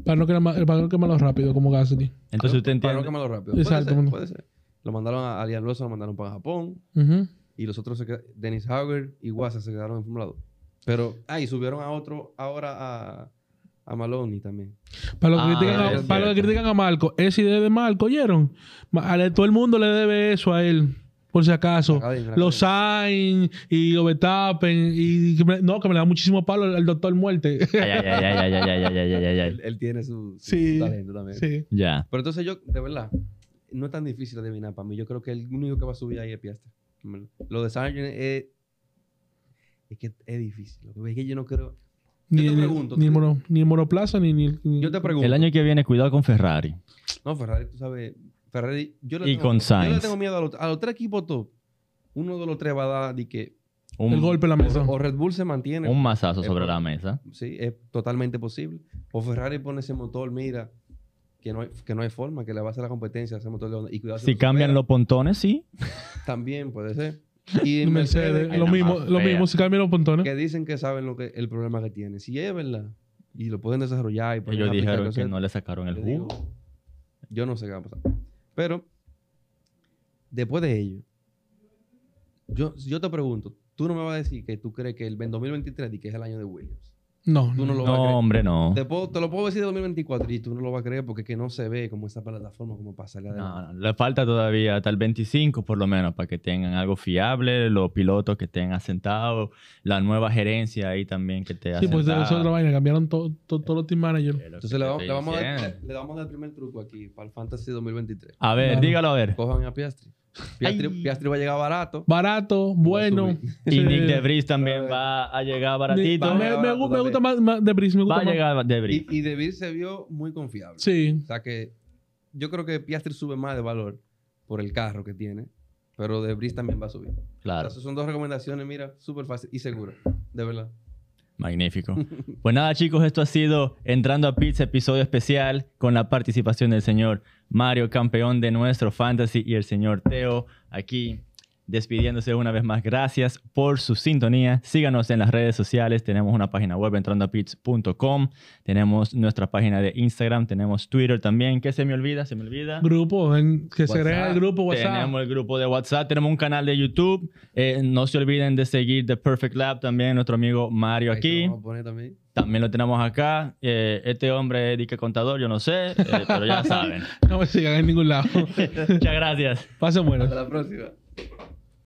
Speaker 4: Para no quemar- para no quemarlo rápido, como Gasly.
Speaker 2: Entonces usted
Speaker 3: Para no
Speaker 2: entiende.
Speaker 3: quemarlo rápido. Puede
Speaker 4: Exacto,
Speaker 3: ser,
Speaker 4: bueno.
Speaker 3: puede ser. Lo mandaron a Alian Loso, lo mandaron para Japón.
Speaker 4: Ujú.
Speaker 3: y los otros, se qued- Dennis Hauger y Guasa se quedaron en Fórmula 2. Pero, ah, y subieron a otro ahora a, a Maloney también.
Speaker 4: Para los que,
Speaker 2: Ah,
Speaker 4: critican,
Speaker 2: es
Speaker 4: a, para los que
Speaker 2: cierto.
Speaker 4: critican a Marco, esa idea de Marco, ¿oyeron? Ma- a- Todo el mundo le debe eso a él. por si acaso.
Speaker 3: Acá dime, acá
Speaker 4: Los Sainz y los Verstappen y que me- no, que me le da muchísimo palo al, al doctor Muerte.
Speaker 2: Ay, ay, ay, ay, ay, ay, ay, ay, ay, ay, ay, ay.
Speaker 3: Él, él tiene su, su
Speaker 4: Sí.
Speaker 3: talento también.
Speaker 4: sí.
Speaker 2: Ya.
Speaker 3: Pero entonces yo, de verdad, no es tan difícil adivinar para mí. Yo creo que el único que va a subir ahí es Piastre. En verdad. Lo de Sargent es, es que es difícil. loco. Es que yo no creo... Yo
Speaker 4: Ni,
Speaker 3: te
Speaker 4: ni-
Speaker 3: pregunto,
Speaker 4: ni, el
Speaker 3: tú-
Speaker 4: mono- ni el monoplaza ni, ni- ni-
Speaker 3: Yo te pregunto.
Speaker 2: El año que viene, cuidado con Ferrari.
Speaker 3: No, Ferrari, tú sabes... Ferrari... Yo le
Speaker 2: Y
Speaker 3: tengo,
Speaker 2: con
Speaker 3: Yo le
Speaker 2: Sainz.
Speaker 3: tengo miedo a los, a los tres equipos top. Uno de los tres va a dar de que...
Speaker 2: Un,
Speaker 4: el golpe en la
Speaker 3: o-
Speaker 4: mesa.
Speaker 3: O, Red Bull se mantiene.
Speaker 2: un mazazo
Speaker 3: El
Speaker 2: sobre
Speaker 3: golpe.
Speaker 2: la mesa.
Speaker 3: Sí, es totalmente posible. O Ferrari pone ese motor, mira, que no hay, que no hay forma, que le va a hacer la competencia a ese motor de Honda. Y cuidado
Speaker 2: Si cambian los pontones, sí.
Speaker 3: También puede ser. Y
Speaker 4: Y Mercedes,
Speaker 2: Ay,
Speaker 4: lo
Speaker 2: la
Speaker 4: mismo,
Speaker 2: más
Speaker 4: lo
Speaker 2: fea.
Speaker 4: mismo, si cambian los pontones.
Speaker 3: que dicen que saben lo que el problema que tienen. Si es verdad, y lo pueden desarrollar y pueden
Speaker 2: Ellos
Speaker 3: aplicar
Speaker 2: dijeron que
Speaker 3: cosas,
Speaker 2: no le sacaron el
Speaker 3: yo
Speaker 2: jugo.
Speaker 3: digo, yo no sé qué va a pasar. Pero, después de ello, yo, yo te pregunto, tú no me vas a decir que tú crees que el en 2023 y que es el año de Williams.
Speaker 4: No,
Speaker 3: Tú no lo vas a creer.
Speaker 2: No, hombre, no.
Speaker 3: Te, puedo- te lo puedo decir de 2024 y tú no lo vas a creer porque es que no se ve como esa plataforma como pasa allá adelante.
Speaker 2: No, no, le falta todavía hasta el 25 por lo menos para que tengan algo fiable, los pilotos que estén asentados, la nueva gerencia ahí también que te
Speaker 4: Sí, pues eso es otra
Speaker 2: asentada.
Speaker 4: vaina. Cambiaron to- to- todos los team managers.
Speaker 2: Es lo que
Speaker 3: Entonces
Speaker 2: te
Speaker 3: le, vamos-
Speaker 2: estoy
Speaker 3: le vamos a dar,
Speaker 2: diciendo.
Speaker 3: le- le vamos a dar el primer truco aquí para el Fantasy 2023.
Speaker 2: A ver,
Speaker 4: Claro.
Speaker 2: dígalo a ver.
Speaker 3: Cojan a Piastri. Piastri,
Speaker 2: Ay.
Speaker 3: Piastri va a llegar barato.
Speaker 4: Barato, bueno.
Speaker 2: Y
Speaker 4: Sí.
Speaker 2: Nick Debris también
Speaker 3: Ay.
Speaker 2: va a llegar
Speaker 4: Me,
Speaker 2: baratito.
Speaker 3: Va a
Speaker 4: me-
Speaker 3: llegar
Speaker 4: me
Speaker 3: barato
Speaker 4: gu- me gusta
Speaker 3: también.
Speaker 4: más, más Debris, me gusta
Speaker 2: Va a
Speaker 4: más.
Speaker 2: llegar Debris.
Speaker 3: Y, y De Vries se vio muy confiable.
Speaker 4: Sí,
Speaker 3: O sea que yo creo que Piastri sube más de valor por el carro que tiene, pero De Vries también va a subir.
Speaker 2: Claro,
Speaker 3: O sea, son dos recomendaciones, mira, súper fácil y seguro. De verdad.
Speaker 2: magnífico. Pues nada, chicos, esto ha sido Entrando a Pizza, episodio especial con la participación del señor Mario, campeón de nuestro fantasy, y el señor Teo aquí despidiéndose una vez más. Gracias por su sintonía. Síganos en las redes sociales. Tenemos una página web entrandoapits.com. Tenemos nuestra página de Instagram. Tenemos Twitter también. ¿Qué se me olvida? Se me olvida.
Speaker 4: grupo, en, que se agrega el
Speaker 3: WhatsApp.
Speaker 4: grupo WhatsApp.
Speaker 2: Tenemos el grupo de WhatsApp, tenemos un canal de YouTube. Eh, no se olviden de seguir The Perfect Lab también, nuestro amigo Mario
Speaker 3: Ahí te
Speaker 2: aquí.
Speaker 3: lo vamos a poner también.
Speaker 2: También lo tenemos acá. Eh, este hombre es dique contador, yo no sé, eh, pero ya saben.
Speaker 4: No me sigan en ningún lado.
Speaker 2: Muchas gracias.
Speaker 4: Pasen bueno.
Speaker 3: Hasta la próxima.